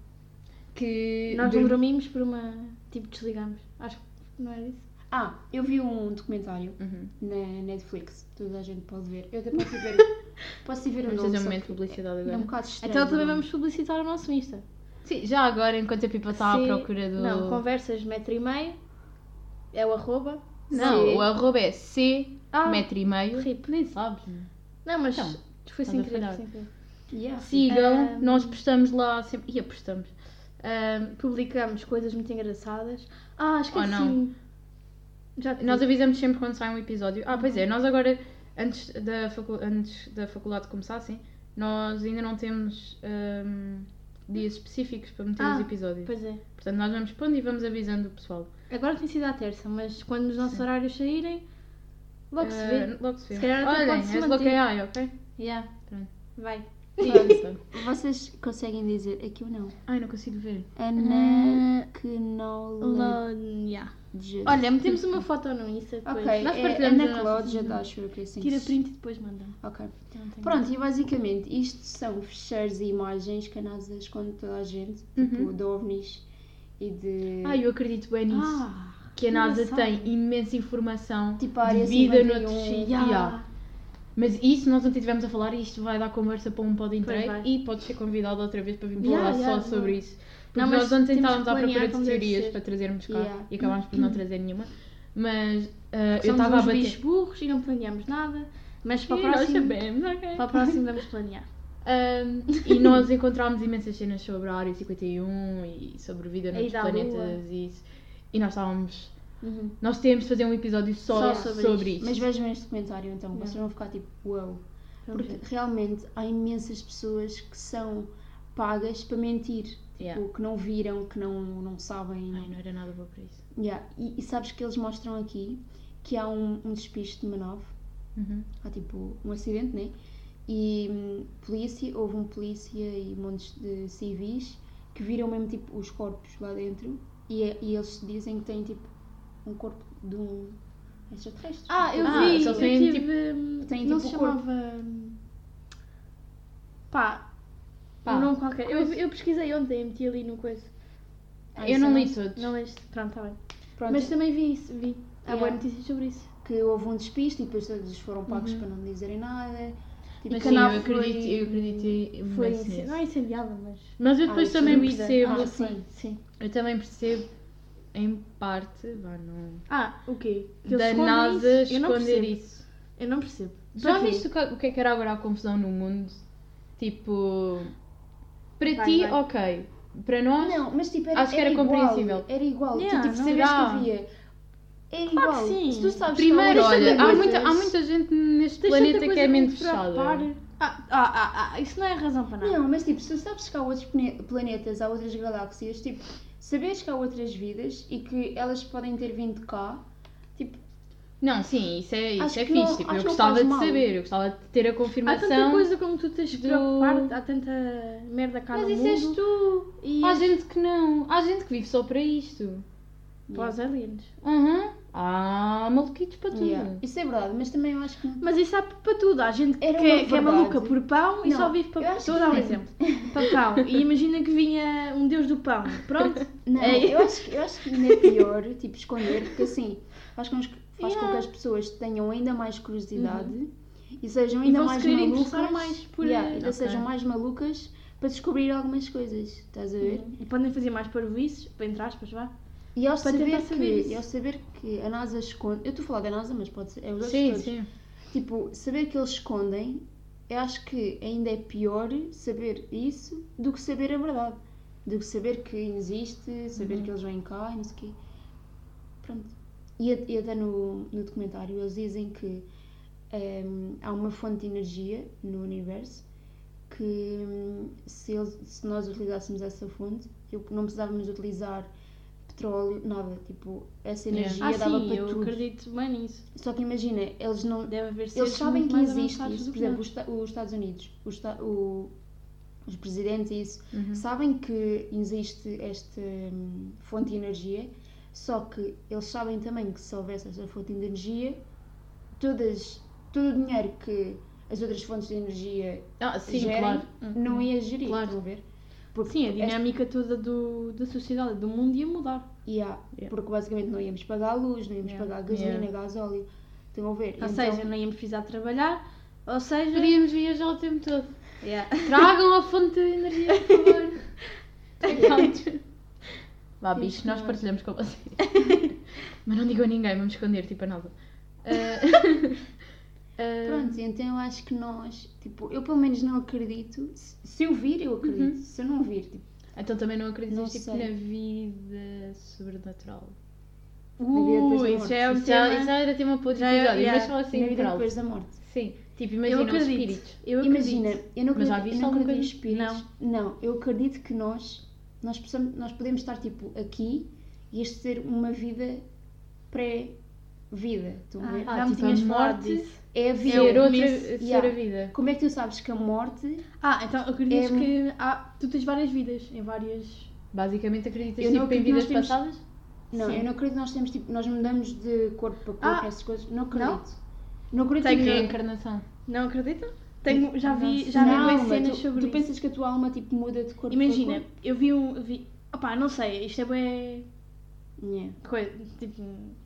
[SPEAKER 1] Que.
[SPEAKER 2] é. Nós não
[SPEAKER 1] dormi-
[SPEAKER 2] dormimos por uma... Tipo, desligamos. Acho que não era isso.
[SPEAKER 3] Ah, eu vi um documentário
[SPEAKER 1] Uhum.
[SPEAKER 3] na Netflix, toda a gente pode ver. Eu até posso ir ver, posso ir ver o
[SPEAKER 1] Vamos
[SPEAKER 3] nome.
[SPEAKER 1] fazer um
[SPEAKER 3] só
[SPEAKER 1] momento de
[SPEAKER 3] porque
[SPEAKER 1] publicidade
[SPEAKER 3] É um
[SPEAKER 1] agora.
[SPEAKER 3] bocado estranho.
[SPEAKER 2] Então também
[SPEAKER 3] não?
[SPEAKER 2] vamos publicitar o nosso Insta.
[SPEAKER 1] Sim, já agora, enquanto a Pipa está à
[SPEAKER 2] Se-
[SPEAKER 1] procura do.
[SPEAKER 2] Não, conversas metro e meio. É o arroba.
[SPEAKER 1] Não,
[SPEAKER 3] Sim.
[SPEAKER 1] o arroba é C,
[SPEAKER 2] Ah,
[SPEAKER 1] metro e meio.
[SPEAKER 2] Rip.
[SPEAKER 1] Nem sabes.
[SPEAKER 2] Não, mas
[SPEAKER 1] Então,
[SPEAKER 2] foi
[SPEAKER 1] estás
[SPEAKER 2] sem
[SPEAKER 1] a
[SPEAKER 2] querer.
[SPEAKER 1] falhar.
[SPEAKER 2] foi sem querer.
[SPEAKER 3] Yeah.
[SPEAKER 1] Sigam,
[SPEAKER 2] Ah.
[SPEAKER 1] nós postamos lá sempre. E apostamos.
[SPEAKER 2] Ehm,
[SPEAKER 1] Ah,
[SPEAKER 2] Publicamos coisas muito engraçadas. Ah, esqueci.
[SPEAKER 1] não.
[SPEAKER 2] Já te
[SPEAKER 1] nós
[SPEAKER 2] digo.
[SPEAKER 1] avisamos sempre quando sai um episódio. Ah, pois é, nós agora, antes da, facu- antes da faculdade começar, sim, nós ainda não temos ah, dias específicos para meter
[SPEAKER 2] Ah,
[SPEAKER 1] os episódios.
[SPEAKER 2] Pois é.
[SPEAKER 1] Portanto, nós vamos pondo e vamos avisando o pessoal.
[SPEAKER 2] Agora tem sido à terça, mas quando os nossos horários saírem, logo se
[SPEAKER 1] Ah,
[SPEAKER 2] vê.
[SPEAKER 1] logo se vê.
[SPEAKER 2] Se calhar até
[SPEAKER 1] Olhem,
[SPEAKER 2] pode-se
[SPEAKER 1] és
[SPEAKER 2] manter.
[SPEAKER 1] logo AI, ok?
[SPEAKER 2] Yeah.
[SPEAKER 1] Pronto.
[SPEAKER 2] Vai.
[SPEAKER 1] Diga.
[SPEAKER 3] Vocês conseguem dizer? Aqui eu não.
[SPEAKER 1] Ai, não consigo ver.
[SPEAKER 3] Anaquinologia.
[SPEAKER 2] Lónia.
[SPEAKER 1] Olha, metemos uma foto no Insta depois.
[SPEAKER 3] Ok,
[SPEAKER 1] Nós
[SPEAKER 3] é
[SPEAKER 1] partilhamos a nossa.
[SPEAKER 3] Anaclódia, acho eu que é assim. que
[SPEAKER 2] Tira
[SPEAKER 3] se-
[SPEAKER 2] print e depois manda. Então,
[SPEAKER 3] Ok.
[SPEAKER 2] Não tem-
[SPEAKER 3] Pronto, e basicamente isto são fecheiros e imagens que a NASA esconde de toda a gente, tipo de ovnis e de.
[SPEAKER 1] Ai, eu acredito bem nisso.
[SPEAKER 2] Ah,
[SPEAKER 1] que a NASA
[SPEAKER 3] engraçado.
[SPEAKER 1] tem imensa informação
[SPEAKER 3] Tipo a área
[SPEAKER 1] de vida
[SPEAKER 3] 51,
[SPEAKER 1] noutros sítios.
[SPEAKER 3] yeah.
[SPEAKER 1] Yeah. Mas isso nós ontem estivemos a falar e isto vai dar conversa para um pod
[SPEAKER 2] Pois
[SPEAKER 1] inteiro
[SPEAKER 2] vai.
[SPEAKER 1] e podes ser convidado outra vez para vir falar
[SPEAKER 2] Yeah, yeah,
[SPEAKER 1] só
[SPEAKER 2] não.
[SPEAKER 1] sobre isso. Porque
[SPEAKER 2] Não, mas
[SPEAKER 1] nós ontem
[SPEAKER 2] temos que
[SPEAKER 1] estávamos à procura
[SPEAKER 2] planear
[SPEAKER 1] de
[SPEAKER 2] como deve
[SPEAKER 1] teorias
[SPEAKER 2] ser. Uhum.
[SPEAKER 1] para trazermos cá
[SPEAKER 3] Yeah.
[SPEAKER 1] e acabámos por não trazer nenhuma. Mas ah, eu
[SPEAKER 2] somos
[SPEAKER 1] estava a
[SPEAKER 2] uns
[SPEAKER 1] bater.
[SPEAKER 2] bichos burros e não planeamos nada, mas para o
[SPEAKER 1] Ih, nós
[SPEAKER 2] próximo,
[SPEAKER 1] sabemos, ok.
[SPEAKER 2] para o próximo vamos planear.
[SPEAKER 1] Ahm, e nós encontramos imensas cenas sobre a Área 51 e sobre vida
[SPEAKER 2] E
[SPEAKER 1] noutros
[SPEAKER 2] da
[SPEAKER 1] planetas
[SPEAKER 2] Lua. Uhum.
[SPEAKER 1] e isso. E nós estávamos. Nós temos de fazer um episódio só,
[SPEAKER 2] Só sobre
[SPEAKER 1] sobre, isso.
[SPEAKER 3] Mas vejam este documentário então,
[SPEAKER 2] Yeah.
[SPEAKER 3] vocês vão ficar tipo, uau.
[SPEAKER 2] Vamos
[SPEAKER 3] Porque
[SPEAKER 2] ver.
[SPEAKER 3] realmente há imensas pessoas que são pagas para mentir.
[SPEAKER 1] Yeah.
[SPEAKER 3] Tipo, que não viram, que não, não sabem.
[SPEAKER 1] Ai, não era nada boa para isso.
[SPEAKER 3] Yeah, E, e sabes que eles mostram aqui que há um, um despiste de uma nave,
[SPEAKER 2] Uhum.
[SPEAKER 3] há tipo um acidente, né? E hum, polícia, houve um polícia e montes de civis que viram mesmo tipo os corpos lá dentro e, é- e eles dizem que têm tipo um corpo de um extraterrestre.
[SPEAKER 2] Ah, eu
[SPEAKER 1] Ah,
[SPEAKER 2] vi,
[SPEAKER 1] só
[SPEAKER 2] eu
[SPEAKER 1] tem,
[SPEAKER 2] tive,
[SPEAKER 1] tipo,
[SPEAKER 2] hum,
[SPEAKER 3] tem,
[SPEAKER 2] não
[SPEAKER 3] tipo,
[SPEAKER 2] se
[SPEAKER 3] o corpo.
[SPEAKER 2] chamava... hum, Pá,
[SPEAKER 1] Pá.
[SPEAKER 2] um nome qualquer. Eu, eu pesquisei ontem, meti ali no coisa.
[SPEAKER 3] Ah,
[SPEAKER 1] eu
[SPEAKER 3] isso
[SPEAKER 1] não
[SPEAKER 3] é-
[SPEAKER 1] li todos.
[SPEAKER 2] Não leste? Pronto, está bem.
[SPEAKER 3] Pronto,
[SPEAKER 2] Mas também vi isso, vi. Há
[SPEAKER 3] Yeah.
[SPEAKER 2] boas notícias sobre isso.
[SPEAKER 3] que houve um despiste e depois todos foram pagos para não dizerem nada. Tipo,
[SPEAKER 1] Mas
[SPEAKER 3] que a
[SPEAKER 1] sim, eu
[SPEAKER 3] nave
[SPEAKER 1] acredito,
[SPEAKER 3] foi-
[SPEAKER 1] eu acredito
[SPEAKER 2] Foi
[SPEAKER 1] foi
[SPEAKER 2] ince-
[SPEAKER 1] nisso.
[SPEAKER 2] Não é incendiada, mas...
[SPEAKER 1] Mas eu depois também
[SPEAKER 2] destruída.
[SPEAKER 1] percebo,
[SPEAKER 3] Ah,
[SPEAKER 2] assim,
[SPEAKER 3] sim.
[SPEAKER 2] Sim.
[SPEAKER 1] eu também percebo em parte, vá, não,
[SPEAKER 2] Ah, o quê? Que eles
[SPEAKER 1] da
[SPEAKER 2] escondem
[SPEAKER 1] NASA
[SPEAKER 2] isso? Eu não
[SPEAKER 1] esconder
[SPEAKER 2] percebo.
[SPEAKER 1] isso.
[SPEAKER 2] Eu não percebo.
[SPEAKER 1] Já
[SPEAKER 2] Para quê?
[SPEAKER 1] viste o que, o que é que era agora a confusão no mundo? Tipo, para
[SPEAKER 2] Vai,
[SPEAKER 1] ti,
[SPEAKER 2] vai.
[SPEAKER 1] ok. Para nós,
[SPEAKER 3] Não, mas tipo, era,
[SPEAKER 1] Acho que era
[SPEAKER 3] igual,
[SPEAKER 1] compreensível.
[SPEAKER 3] Era igual,
[SPEAKER 2] Yeah,
[SPEAKER 3] tu tipo,
[SPEAKER 2] não
[SPEAKER 3] sabias
[SPEAKER 1] era.
[SPEAKER 3] que havia. Era
[SPEAKER 2] Claro que
[SPEAKER 3] igual.
[SPEAKER 2] sim.
[SPEAKER 3] Se tu sabes que
[SPEAKER 1] primeiro,
[SPEAKER 3] há uma lista
[SPEAKER 1] olha,
[SPEAKER 3] de
[SPEAKER 1] há
[SPEAKER 3] coisas-
[SPEAKER 1] muita, há muita gente neste
[SPEAKER 2] Tens
[SPEAKER 1] planeta
[SPEAKER 2] tanta
[SPEAKER 1] que é
[SPEAKER 2] coisa
[SPEAKER 1] mente
[SPEAKER 2] para preocupar.
[SPEAKER 1] fechada.
[SPEAKER 2] Ah, ah, ah, ah, isso não é razão para nada.
[SPEAKER 3] Não, mas tipo, se tu sabes que há outros plane- planetas, há outras galáxias, tipo, saberes que há outras vidas e que elas podem ter vindo cá, tipo,
[SPEAKER 1] Não, sim, isso é, isso
[SPEAKER 3] Acho
[SPEAKER 1] é
[SPEAKER 3] que
[SPEAKER 1] fixe.
[SPEAKER 3] não-
[SPEAKER 1] tipo, eu
[SPEAKER 3] acho que não
[SPEAKER 1] gostava
[SPEAKER 3] faz
[SPEAKER 1] de
[SPEAKER 3] mal.
[SPEAKER 1] saber, eu gostava de ter a
[SPEAKER 2] Há
[SPEAKER 1] confirmação.
[SPEAKER 2] tanta coisa como tu tens de
[SPEAKER 1] do-
[SPEAKER 2] preocupar, há tanta merda cá
[SPEAKER 1] Mas
[SPEAKER 2] no
[SPEAKER 1] isso és
[SPEAKER 2] mundo.
[SPEAKER 1] tu.
[SPEAKER 2] E
[SPEAKER 1] Há gente que não. Há gente que vive só para isto.
[SPEAKER 2] para os aliens.
[SPEAKER 1] Aham. Há maluquitos para
[SPEAKER 2] Hum.
[SPEAKER 1] tudo.
[SPEAKER 3] yeah. isso é verdade, mas também eu acho que
[SPEAKER 2] Mas isso há para tudo. Há gente que,
[SPEAKER 3] Era uma
[SPEAKER 2] é- que é
[SPEAKER 3] verdade.
[SPEAKER 2] maluca por pão e
[SPEAKER 3] Não,
[SPEAKER 2] só vive para
[SPEAKER 3] eu
[SPEAKER 2] pão.
[SPEAKER 3] acho
[SPEAKER 2] Estou a
[SPEAKER 3] que
[SPEAKER 2] dar um
[SPEAKER 3] não.
[SPEAKER 2] exemplo. Para pão. E imagina que vinha um deus do pão. Pronto.
[SPEAKER 3] Não,
[SPEAKER 2] É.
[SPEAKER 3] eu, acho, que- eu acho que ainda é pior, tipo, esconder, porque assim, faz com, os- faz com que
[SPEAKER 2] Yeah. Uhum.
[SPEAKER 3] as pessoas tenham ainda mais curiosidade e sejam
[SPEAKER 2] E
[SPEAKER 3] ainda
[SPEAKER 2] vão-se
[SPEAKER 3] mais
[SPEAKER 2] querer
[SPEAKER 3] malucas.
[SPEAKER 2] interessar mais por-
[SPEAKER 3] Yeah, ainda
[SPEAKER 1] Ok.
[SPEAKER 3] sejam mais malucas para descobrir algumas coisas, estás a ver?
[SPEAKER 2] e podem fazer mais parvoices, para entre aspas, vá.
[SPEAKER 3] E ao
[SPEAKER 2] Uhum. Para
[SPEAKER 3] saber,
[SPEAKER 2] tentar saber
[SPEAKER 3] que,
[SPEAKER 2] isso.
[SPEAKER 3] e ao saber que a NASA esconde. Eu estou a falar da NASA, mas pode ser. É os outros
[SPEAKER 1] Sim,
[SPEAKER 3] todos.
[SPEAKER 1] sim.
[SPEAKER 3] Tipo, saber que eles escondem, eu acho que ainda é pior saber isso do que saber a verdade. Do que saber que existe, saber que eles vêm cá e não sei o quê. Pronto. E, a- e até no, no documentário eles dizem que ehm, há uma fonte de energia no universo que hum, se, eles- se nós utilizássemos essa fonte, eu- não precisávamos utilizar petróleo, nada. Tipo, essa
[SPEAKER 1] Yeah.
[SPEAKER 3] energia
[SPEAKER 2] Ah,
[SPEAKER 3] dava
[SPEAKER 2] sim,
[SPEAKER 3] para
[SPEAKER 2] eu
[SPEAKER 3] tudo.
[SPEAKER 2] acredito bem nisso.
[SPEAKER 3] Só que imagina, eles não,
[SPEAKER 2] Deve haver seres
[SPEAKER 3] eles sabem
[SPEAKER 2] muito
[SPEAKER 3] que
[SPEAKER 2] mais
[SPEAKER 3] existe
[SPEAKER 2] avançados
[SPEAKER 3] isso,
[SPEAKER 2] do
[SPEAKER 3] por
[SPEAKER 2] que
[SPEAKER 3] exemplo,
[SPEAKER 2] nós.
[SPEAKER 3] os, Esta- os Estados Unidos, os, Esta- o- os presidentes e isso,
[SPEAKER 2] Uhum.
[SPEAKER 3] sabem que existe esta hum, fonte de energia, só que eles sabem também que se houvesse esta fonte de energia, todas, todo o dinheiro que as outras fontes de energia
[SPEAKER 1] Ah, sim,
[SPEAKER 3] gerem
[SPEAKER 1] claro.
[SPEAKER 3] não ia gerir,
[SPEAKER 1] Claro.
[SPEAKER 3] estão a ver? Porque
[SPEAKER 2] Uhum. Sim, a
[SPEAKER 3] esta-
[SPEAKER 2] dinâmica toda do, da sociedade, do mundo ia mudar.
[SPEAKER 3] Yeah,
[SPEAKER 1] Yeah.
[SPEAKER 3] Porque basicamente não íamos pagar a luz, não íamos
[SPEAKER 2] Yeah.
[SPEAKER 3] pagar a gasolina,
[SPEAKER 1] Yeah.
[SPEAKER 3] gasóleo, estão a ver?
[SPEAKER 2] Ou seja, não íamos precisar trabalhar, ou seja...
[SPEAKER 1] Podíamos viajar o tempo todo.
[SPEAKER 2] Yeah.
[SPEAKER 1] Tragam a fonte de energia, por favor. Acalmos. Vá, bicho, nós partilhamos com vocês. Mas não digam a ninguém, vamos esconder, tipo a nada. Ah,
[SPEAKER 3] Pronto, então eu acho que nós, tipo, eu pelo menos não acredito. Se se eu vir, eu acredito. Se eu não vir, tipo,
[SPEAKER 1] Então também não acreditas
[SPEAKER 3] Não
[SPEAKER 1] tipo,
[SPEAKER 3] sei.
[SPEAKER 1] na vida sobrenatural.
[SPEAKER 3] vida depois da
[SPEAKER 2] Ui, isso
[SPEAKER 3] morte.
[SPEAKER 2] já é um
[SPEAKER 1] Isso já,
[SPEAKER 2] tema-
[SPEAKER 1] isso já era tema para outro
[SPEAKER 2] Já é-
[SPEAKER 1] episódio,
[SPEAKER 2] yeah.
[SPEAKER 1] mas só assim
[SPEAKER 3] na vida
[SPEAKER 1] geral.
[SPEAKER 3] depois da morte.
[SPEAKER 1] Sim, tipo,
[SPEAKER 2] Eu
[SPEAKER 1] imagina os
[SPEAKER 2] acredito.
[SPEAKER 1] espíritos.
[SPEAKER 2] Eu acredito.
[SPEAKER 3] Imagina, eu não
[SPEAKER 1] Mas
[SPEAKER 3] acredito,
[SPEAKER 1] já
[SPEAKER 3] eu
[SPEAKER 1] viste
[SPEAKER 3] não
[SPEAKER 1] alguma
[SPEAKER 3] acredito em
[SPEAKER 1] coisa?
[SPEAKER 3] espíritos. Não. eu acredito que nós, nós, possamos, nós podemos estar, tipo, aqui e este ser uma vida pré-morte. vida. Estão a ver?
[SPEAKER 2] Ah,
[SPEAKER 1] Ah,
[SPEAKER 2] não
[SPEAKER 1] tipo, a
[SPEAKER 2] tinhas falado
[SPEAKER 1] morte
[SPEAKER 2] disso.
[SPEAKER 3] É a vida.
[SPEAKER 1] ser outra
[SPEAKER 2] miss-
[SPEAKER 1] ser
[SPEAKER 3] yeah.
[SPEAKER 1] a vida.
[SPEAKER 3] Como é que tu sabes que a morte.
[SPEAKER 2] Ah, então acreditas
[SPEAKER 3] É-
[SPEAKER 2] que há- tu tens várias vidas em várias.
[SPEAKER 1] Basicamente acreditas
[SPEAKER 3] Eu não
[SPEAKER 1] tipo, em
[SPEAKER 3] acredito que nós
[SPEAKER 1] vidas
[SPEAKER 3] temos-
[SPEAKER 1] passadas?
[SPEAKER 3] Não,
[SPEAKER 2] Sim.
[SPEAKER 3] eu não acredito que nós temos tipo. Nós mudamos de corpo para corpo,
[SPEAKER 2] Ah,
[SPEAKER 3] essas coisas. Não acredito. Não, acredito
[SPEAKER 2] Tem
[SPEAKER 1] Tipo,
[SPEAKER 2] que-
[SPEAKER 3] nenhum.
[SPEAKER 1] Reencarnação.
[SPEAKER 2] Não acreditam? Tenho, já vi,
[SPEAKER 1] Não,
[SPEAKER 2] já
[SPEAKER 3] Não,
[SPEAKER 2] vi
[SPEAKER 3] mas
[SPEAKER 2] bué cenas
[SPEAKER 3] tu,
[SPEAKER 2] sobre
[SPEAKER 3] tu
[SPEAKER 2] isso.
[SPEAKER 3] pensas que a tua alma tipo muda de corpo
[SPEAKER 2] Imagina,
[SPEAKER 3] para corpo?
[SPEAKER 2] eu vi um. Vi, opá, não sei, isto é bem.
[SPEAKER 3] Yeah.
[SPEAKER 2] Coisa, tipo,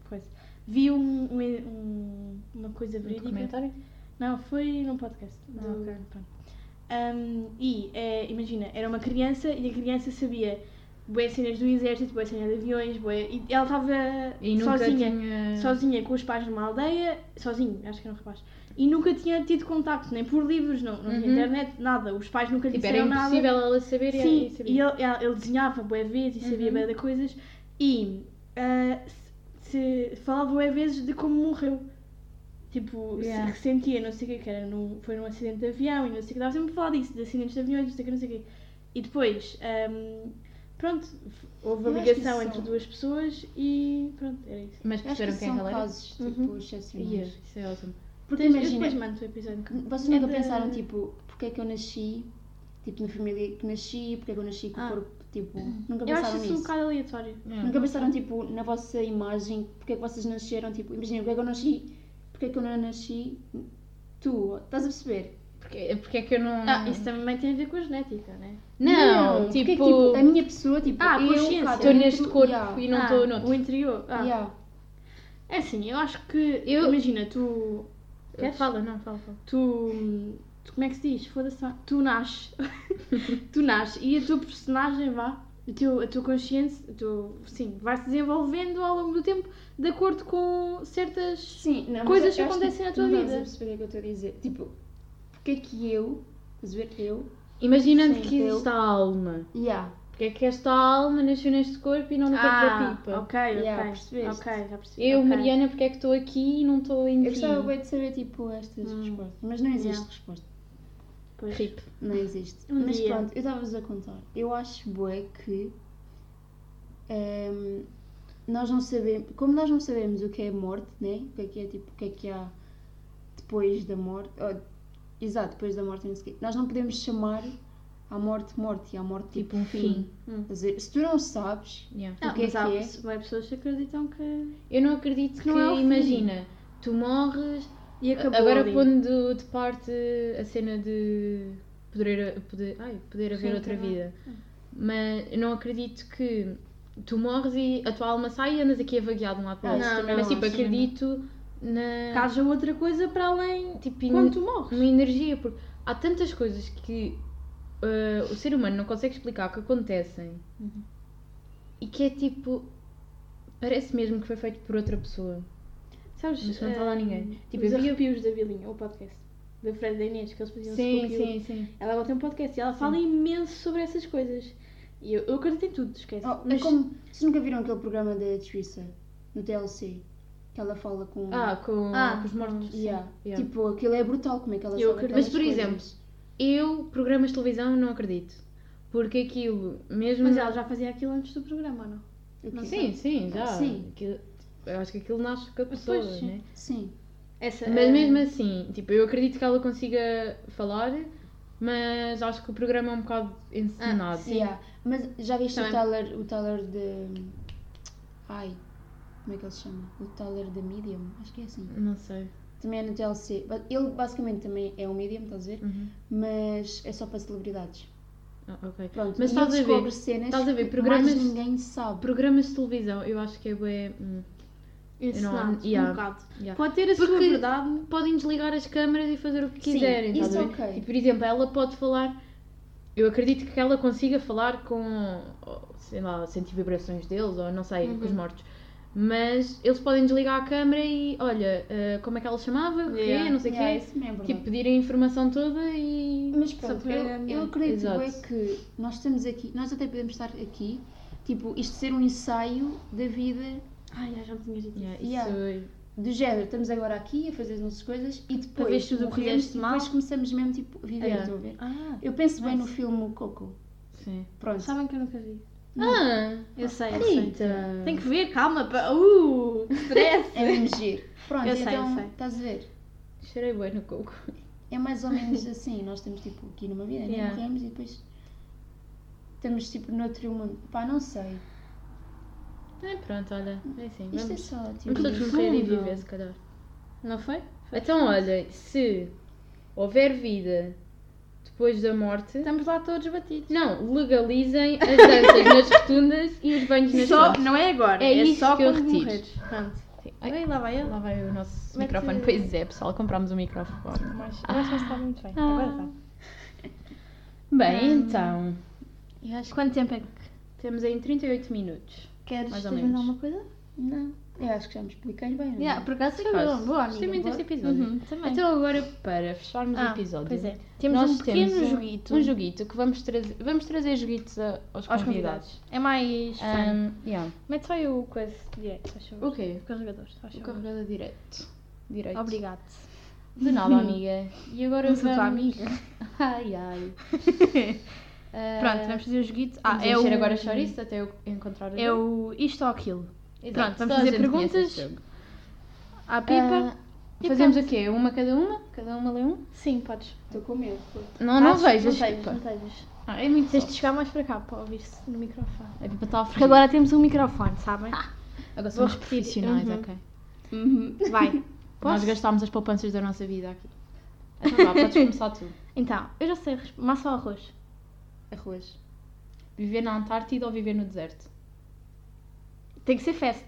[SPEAKER 2] coisa. Vi um, um- um- uma coisa
[SPEAKER 1] Um
[SPEAKER 2] verídica.
[SPEAKER 1] documentário?
[SPEAKER 2] Não, foi num podcast.
[SPEAKER 1] Ah,
[SPEAKER 2] do-
[SPEAKER 1] ok.
[SPEAKER 2] pronto. Um, e é, imagina, era uma criança e a criança sabia boas cenas do exército, boas cenas de aviões, bué, e ela estava
[SPEAKER 1] E nunca
[SPEAKER 2] sozinha,
[SPEAKER 1] tinha...
[SPEAKER 2] sozinha com os pais numa aldeia, sozinho, acho que era um rapaz, e nunca tinha tido contacto, nem por livros, não, não
[SPEAKER 1] Uhum.
[SPEAKER 2] tinha internet, nada, os pais nunca lhe
[SPEAKER 1] Tipo, era
[SPEAKER 2] disseram nada.
[SPEAKER 1] impossível ela saber e- tipo.
[SPEAKER 2] Sim,
[SPEAKER 1] e saber.
[SPEAKER 2] e ele, ela- ele desenhava bué vezes e sabia
[SPEAKER 1] Uhum.
[SPEAKER 2] bué de coisas e ah, se, se falava bué vezes de como morreu. Tipo,
[SPEAKER 1] Yeah.
[SPEAKER 2] se ressentia, não sei o quê, que, era num, foi num acidente de avião e não sei o que, estava sempre a falar disso, de acidentes de aviões, não sei o que, não sei o que. E depois, ahm, pronto, f- houve a
[SPEAKER 3] Eu acho que
[SPEAKER 2] ligação
[SPEAKER 3] isso
[SPEAKER 2] entre
[SPEAKER 3] são-
[SPEAKER 2] duas pessoas e pronto, era isso.
[SPEAKER 1] Mas
[SPEAKER 3] Eu Acho
[SPEAKER 1] perceberam
[SPEAKER 3] que
[SPEAKER 1] quem é que
[SPEAKER 3] são
[SPEAKER 1] ela era?
[SPEAKER 3] casos tipo
[SPEAKER 2] Uhum.
[SPEAKER 3] excepcionais.
[SPEAKER 1] Yeah, isso é awesome.
[SPEAKER 3] Porque
[SPEAKER 2] Tens- Eu
[SPEAKER 3] imagina,
[SPEAKER 2] depois mando o episódio.
[SPEAKER 3] vocês
[SPEAKER 2] É
[SPEAKER 3] nunca
[SPEAKER 2] de-
[SPEAKER 3] pensaram tipo, porque é que eu nasci? Tipo, na família que nasci, porque é que eu nasci com
[SPEAKER 2] Ah.
[SPEAKER 3] o corpo, tipo, nunca
[SPEAKER 2] Eu acho isso
[SPEAKER 3] pensaram
[SPEAKER 2] um
[SPEAKER 3] nisso.
[SPEAKER 2] bocado aleatório.
[SPEAKER 3] Nunca pensaram tipo na vossa imagem, porque é que vocês nasceram, tipo, imagina, porque é que eu nasci, porque é que eu não nasci tu, estás a perceber?
[SPEAKER 1] Porque, porque é que eu não...
[SPEAKER 3] Hum.
[SPEAKER 2] Ah, isso também tem a ver com a genética, né?
[SPEAKER 1] Não,
[SPEAKER 3] porque é que,
[SPEAKER 1] tipo...
[SPEAKER 3] a minha pessoa, tipo,
[SPEAKER 2] Ah,
[SPEAKER 3] eu
[SPEAKER 2] consciência.
[SPEAKER 3] cá
[SPEAKER 1] Estou
[SPEAKER 3] dentro,
[SPEAKER 1] neste corpo
[SPEAKER 3] yeah,
[SPEAKER 1] e não
[SPEAKER 2] Ah,
[SPEAKER 1] estou noutro.
[SPEAKER 2] O interior. Ah.
[SPEAKER 3] yeah.
[SPEAKER 2] É assim, eu acho que.
[SPEAKER 1] Eu-
[SPEAKER 2] Imagina, tu. Queres?
[SPEAKER 1] eh, Fala, não, fala, fala.
[SPEAKER 2] Tu, tu. Como é que se diz? Foda-se. lá. Tu nasces. tu nasces e a tua personagem vá. A, teu, a tua consciência. A tua, sim, vai se desenvolvendo ao longo do tempo de acordo com certas.
[SPEAKER 3] Sim, não, mas
[SPEAKER 2] Coisas
[SPEAKER 3] eu
[SPEAKER 2] que
[SPEAKER 3] acho
[SPEAKER 2] acontecem
[SPEAKER 3] que
[SPEAKER 2] na tua
[SPEAKER 3] não
[SPEAKER 2] vida.
[SPEAKER 3] Estás a perceber o que eu estou a dizer? Tipo, porque é que eu, estás a ver, eu,
[SPEAKER 1] Imaginando
[SPEAKER 3] Sim,
[SPEAKER 1] que
[SPEAKER 3] eu-
[SPEAKER 1] esta alma...
[SPEAKER 3] yeah,
[SPEAKER 1] Porque é que esta alma nasceu neste corpo e não no corpo da pipa?
[SPEAKER 2] Ah, ok,
[SPEAKER 3] Yeah,
[SPEAKER 2] ok.
[SPEAKER 3] percebeste.
[SPEAKER 2] Ok, já percebi.
[SPEAKER 1] Eu,
[SPEAKER 2] ok.
[SPEAKER 1] Mariana, porque é que estou aqui e não estou em
[SPEAKER 3] eu
[SPEAKER 1] ti?
[SPEAKER 3] gostava bem de saber, tipo, estas
[SPEAKER 2] Hum.
[SPEAKER 3] respostas, mas não existe
[SPEAKER 2] Yeah.
[SPEAKER 3] resposta.
[SPEAKER 2] Pois.
[SPEAKER 1] Rip.
[SPEAKER 3] Não existe.
[SPEAKER 2] Um
[SPEAKER 3] Mas
[SPEAKER 2] dia.
[SPEAKER 3] pronto, eu estava-vos a contar. Eu acho bué que ehm, nós não sabemos, como nós não sabemos o que é morte, né? O que é que é tipo, o que é que há depois da morte, ou- exato, depois da morte, não sei o quê. Nós não podemos chamar à morte morte e à morte tipo,
[SPEAKER 1] Tipo um fim.
[SPEAKER 2] Hum.
[SPEAKER 3] Quer dizer, se tu não sabes,
[SPEAKER 1] Yeah.
[SPEAKER 2] Não,
[SPEAKER 3] O que é
[SPEAKER 2] mas
[SPEAKER 3] que
[SPEAKER 2] há
[SPEAKER 3] é?
[SPEAKER 2] pe- bué pessoas que acreditam que.
[SPEAKER 1] Eu não acredito que,
[SPEAKER 3] não é o fim.
[SPEAKER 1] imagina, tu morres,
[SPEAKER 2] E acabou.
[SPEAKER 1] agora
[SPEAKER 2] ali.
[SPEAKER 1] pondo de parte a cena de poder, poder, ai, poder haver
[SPEAKER 2] Sim,
[SPEAKER 1] outra
[SPEAKER 2] também.
[SPEAKER 1] vida. Mas eu não acredito que tu morres e a tua alma sai e andas aqui a vaguear de um lado para o
[SPEAKER 3] Ah,
[SPEAKER 1] outro.
[SPEAKER 3] isso também
[SPEAKER 1] Mas
[SPEAKER 3] não
[SPEAKER 1] tipo,
[SPEAKER 3] acho, também
[SPEAKER 1] acredito na
[SPEAKER 2] Que haja outra coisa para além.
[SPEAKER 1] tipo, in-
[SPEAKER 2] Quando tu morres.
[SPEAKER 1] uma energia, porque há tantas coisas que ah, o ser humano não consegue explicar que acontecem
[SPEAKER 2] Uhum.
[SPEAKER 1] e que é tipo. Parece mesmo que foi feito por outra pessoa.
[SPEAKER 2] Sabes?
[SPEAKER 1] Mas não está lá
[SPEAKER 2] eh,
[SPEAKER 1] ninguém. Tipo,
[SPEAKER 2] os
[SPEAKER 1] eu vi-
[SPEAKER 2] arrepios da Vilinha, o podcast. Da Fred da Inês, que eles faziam
[SPEAKER 1] Sim,
[SPEAKER 2] Scoop e o-
[SPEAKER 1] sim, sim.
[SPEAKER 2] Ela agora tem um podcast e ela fala imenso sobre essas coisas. E eu, eu acredito em tudo, esquece.
[SPEAKER 3] oh, é
[SPEAKER 2] Mas-
[SPEAKER 3] como, vocês nunca viram aquele programa da Teresa no TLC, que ela fala com.
[SPEAKER 1] Ah, com,
[SPEAKER 2] Ah,
[SPEAKER 1] com os mortos.
[SPEAKER 3] yeah.
[SPEAKER 1] yeah.
[SPEAKER 3] Tipo, aquilo é brutal como é que ela
[SPEAKER 2] Eu
[SPEAKER 3] sabe
[SPEAKER 2] acredito.
[SPEAKER 1] Mas,
[SPEAKER 3] aquelas
[SPEAKER 1] por
[SPEAKER 3] coisas.
[SPEAKER 1] exemplo, Eu, programas de televisão, não acredito. Porque aquilo, mesmo.
[SPEAKER 2] Mas ela já fazia aquilo antes do programa, ou não?
[SPEAKER 3] O quê?
[SPEAKER 1] Sim, sim, já.
[SPEAKER 3] Sim.
[SPEAKER 1] Aquilo- eu acho que aquilo nasce com a
[SPEAKER 2] Pois,
[SPEAKER 1] pessoa,
[SPEAKER 2] sim.
[SPEAKER 1] né?
[SPEAKER 3] Sim.
[SPEAKER 2] Essa,
[SPEAKER 1] Mas
[SPEAKER 2] eh,
[SPEAKER 1] mesmo assim, tipo, eu acredito que ela consiga falar, mas acho que o programa é um bocado encenado.
[SPEAKER 3] Sim. há. Mas já viste o
[SPEAKER 2] Também.
[SPEAKER 3] Tyler, o Tyler de. Ai, como é que ele se chama? O Tyler da Medium, acho que é assim.
[SPEAKER 1] Não sei.
[SPEAKER 3] Também é no TLC. Ba- Ele basicamente também é um Medium, estás a ver?
[SPEAKER 1] Uhum.
[SPEAKER 3] Mas é só para celebridades.
[SPEAKER 1] Ah, ok.
[SPEAKER 3] Pronto,
[SPEAKER 1] Mas estás
[SPEAKER 3] e ele
[SPEAKER 1] a ver-
[SPEAKER 3] descobre cenas
[SPEAKER 1] estás a ver
[SPEAKER 3] que
[SPEAKER 1] programas-
[SPEAKER 3] mais ninguém sabe.
[SPEAKER 1] Programas de televisão, eu acho que é bué. hum,
[SPEAKER 2] encenado,
[SPEAKER 1] não- yeah.
[SPEAKER 2] um bocado.
[SPEAKER 1] yeah.
[SPEAKER 2] Pode ter a sua
[SPEAKER 1] Porque-
[SPEAKER 2] verdade.
[SPEAKER 1] podem desligar as câmaras e fazer o que
[SPEAKER 3] Sim,
[SPEAKER 1] quiserem. estás
[SPEAKER 3] isso
[SPEAKER 1] a
[SPEAKER 3] é
[SPEAKER 1] ver?
[SPEAKER 3] ok.
[SPEAKER 1] E, por exemplo, ela pode falar. Eu acredito que ela consiga falar com, ou, sei lá, sentir vibrações deles ou não sei, com os
[SPEAKER 2] Uhum.
[SPEAKER 1] mortos. Mas eles podem desligar a câmara e, olha, ah, como é que ela se chamava, o quê,
[SPEAKER 2] Yeah.
[SPEAKER 1] não sei o
[SPEAKER 3] Yeah,
[SPEAKER 1] quê.
[SPEAKER 3] isso também é verdade.
[SPEAKER 1] Tipo, pedir a informação toda e.
[SPEAKER 3] Mas pronto,
[SPEAKER 2] Sobre
[SPEAKER 3] eu,
[SPEAKER 2] a minha-
[SPEAKER 3] eu acredito
[SPEAKER 1] Exato.
[SPEAKER 3] é que nós estamos aqui, nós até podemos estar aqui, tipo, isto ser um ensaio da vida
[SPEAKER 2] Ai, já me tinhas dito.
[SPEAKER 1] Yeah,
[SPEAKER 2] isso.
[SPEAKER 1] isso é,
[SPEAKER 3] do género. Estamos agora aqui a fazer as nossas coisas e depois
[SPEAKER 2] ver se tudo o que
[SPEAKER 3] morremos
[SPEAKER 2] fizeste
[SPEAKER 3] e depois
[SPEAKER 2] mal. É.
[SPEAKER 3] começamos mesmo tipo, a viver,
[SPEAKER 1] Yeah.
[SPEAKER 3] estão a ver?
[SPEAKER 2] Ah,
[SPEAKER 3] Eu penso bem no
[SPEAKER 2] Nice.
[SPEAKER 3] filme Coco.
[SPEAKER 1] Sim.
[SPEAKER 3] Pronto.
[SPEAKER 2] sabem que eu nunca vi.
[SPEAKER 1] Ah,
[SPEAKER 2] Eu sei, eu sei.
[SPEAKER 1] eita.
[SPEAKER 2] Tem que ver, calma. pa- Uh, que stress.
[SPEAKER 3] É mesmo giro. Pronto,
[SPEAKER 2] Eu sei, eu
[SPEAKER 3] então,
[SPEAKER 2] sei.
[SPEAKER 3] estás a ver?
[SPEAKER 1] Cheirei bem no coco.
[SPEAKER 3] É mais ou menos assim, nós estamos tipo aqui numa vida, né?
[SPEAKER 1] Yeah.
[SPEAKER 3] morremos e depois estamos tipo noutro mundo. Pá, não sei.
[SPEAKER 1] É, pronto, olha, é assim.
[SPEAKER 3] Isto é
[SPEAKER 1] Vamos,
[SPEAKER 3] só tipo.
[SPEAKER 1] vamos todos morrer e
[SPEAKER 2] Profundo.
[SPEAKER 1] viver, se calhar.
[SPEAKER 2] Não foi?
[SPEAKER 1] Então, olhem, se houver vida depois da morte,
[SPEAKER 2] Estamos lá todos batidos.
[SPEAKER 1] não, legalizem as danças nas rotundas e os banhos nas
[SPEAKER 2] Só,
[SPEAKER 1] fontes.
[SPEAKER 2] não é agora.
[SPEAKER 1] É
[SPEAKER 2] É,
[SPEAKER 1] isso
[SPEAKER 2] só
[SPEAKER 1] que eu
[SPEAKER 2] quando
[SPEAKER 1] retiro.
[SPEAKER 2] morreres. Pronto.
[SPEAKER 1] Sim. Ai,
[SPEAKER 2] Ai, lá vai ele.
[SPEAKER 1] Lá vai o nosso
[SPEAKER 2] Mete-
[SPEAKER 1] microfone. Pois é, pessoal, comprámos um microfone.
[SPEAKER 2] Mas, mas não está muito bem.
[SPEAKER 1] Ah.
[SPEAKER 2] Agora tá. está.
[SPEAKER 1] Bem, então,
[SPEAKER 2] Eu acho que quanto tempo é que
[SPEAKER 1] temos aí 38 minutos.
[SPEAKER 2] queres
[SPEAKER 1] Mais
[SPEAKER 2] mais
[SPEAKER 1] ou
[SPEAKER 2] mais
[SPEAKER 1] menos.
[SPEAKER 2] alguma coisa?
[SPEAKER 3] Não, eu acho que já me expliquei bem, não é?
[SPEAKER 2] Yeah, por acaso foi
[SPEAKER 1] Quase.
[SPEAKER 2] bom. Boa, amiga.
[SPEAKER 1] Gostei muito
[SPEAKER 2] boa.
[SPEAKER 1] deste episódio.
[SPEAKER 2] Uhum, também.
[SPEAKER 1] Então, agora, para fecharmos o
[SPEAKER 2] Ah,
[SPEAKER 1] episódio,
[SPEAKER 2] Pois é. Temos
[SPEAKER 1] nós
[SPEAKER 2] um pequeno
[SPEAKER 1] temos um-
[SPEAKER 2] joguito.
[SPEAKER 1] um joguito que vamos trazer, vamos trazer joguitos a- aos,
[SPEAKER 2] Aos
[SPEAKER 1] convidados.
[SPEAKER 2] convidados. É mais fun.
[SPEAKER 1] Ahm, yeah.
[SPEAKER 2] Mete só aí o coisa direito, faz favor.
[SPEAKER 1] O quê?
[SPEAKER 2] O carregador, faz
[SPEAKER 1] O
[SPEAKER 2] favor.
[SPEAKER 1] carregador direito. Direito.
[SPEAKER 2] Obrigado.
[SPEAKER 1] De nada, amiga. E agora
[SPEAKER 2] Não
[SPEAKER 1] vamos...
[SPEAKER 2] sou tua amiga.
[SPEAKER 1] Ai, ai. Ah,
[SPEAKER 2] Pronto, vamos fazer o joguito. Ah,
[SPEAKER 1] vamos
[SPEAKER 2] é
[SPEAKER 1] encher
[SPEAKER 2] o...
[SPEAKER 1] agora chouriço até eu encontrar o
[SPEAKER 2] É o isto ou aquilo.
[SPEAKER 1] Exato,
[SPEAKER 2] pronto, vamos
[SPEAKER 1] toda a
[SPEAKER 2] fazer
[SPEAKER 1] gente conhece
[SPEAKER 2] perguntas.
[SPEAKER 1] esse jogo.
[SPEAKER 2] À pipa?
[SPEAKER 1] Ah, fazemos o quê? Uma cada uma? Cada uma lê um?
[SPEAKER 2] Sim, podes.
[SPEAKER 3] Estou com medo. pô.
[SPEAKER 1] Não, não
[SPEAKER 2] Fazes,
[SPEAKER 1] vejas.
[SPEAKER 2] Ah, Não tens,
[SPEAKER 1] Pipa.
[SPEAKER 2] não tens.
[SPEAKER 1] Ah, é muito
[SPEAKER 2] Tens
[SPEAKER 1] só.
[SPEAKER 2] de chegar mais para cá para ouvir-se no microfone. Ah.
[SPEAKER 1] A pipa está a
[SPEAKER 2] Porque
[SPEAKER 1] fugir.
[SPEAKER 2] agora temos um microfone, sabem?
[SPEAKER 1] Agora somos
[SPEAKER 2] Vou repetir.
[SPEAKER 1] profissionais,
[SPEAKER 2] Uhum.
[SPEAKER 1] ok.
[SPEAKER 2] Vai.
[SPEAKER 1] Nós
[SPEAKER 2] Posso?
[SPEAKER 1] gastámos as poupanças da nossa vida aqui. Então vá, podes começar tu.
[SPEAKER 2] Então, eu já sei. resp- Massa ou arroz?
[SPEAKER 1] Arroz. Viver na Antártida ou viver no deserto?
[SPEAKER 2] Tem que ser fest.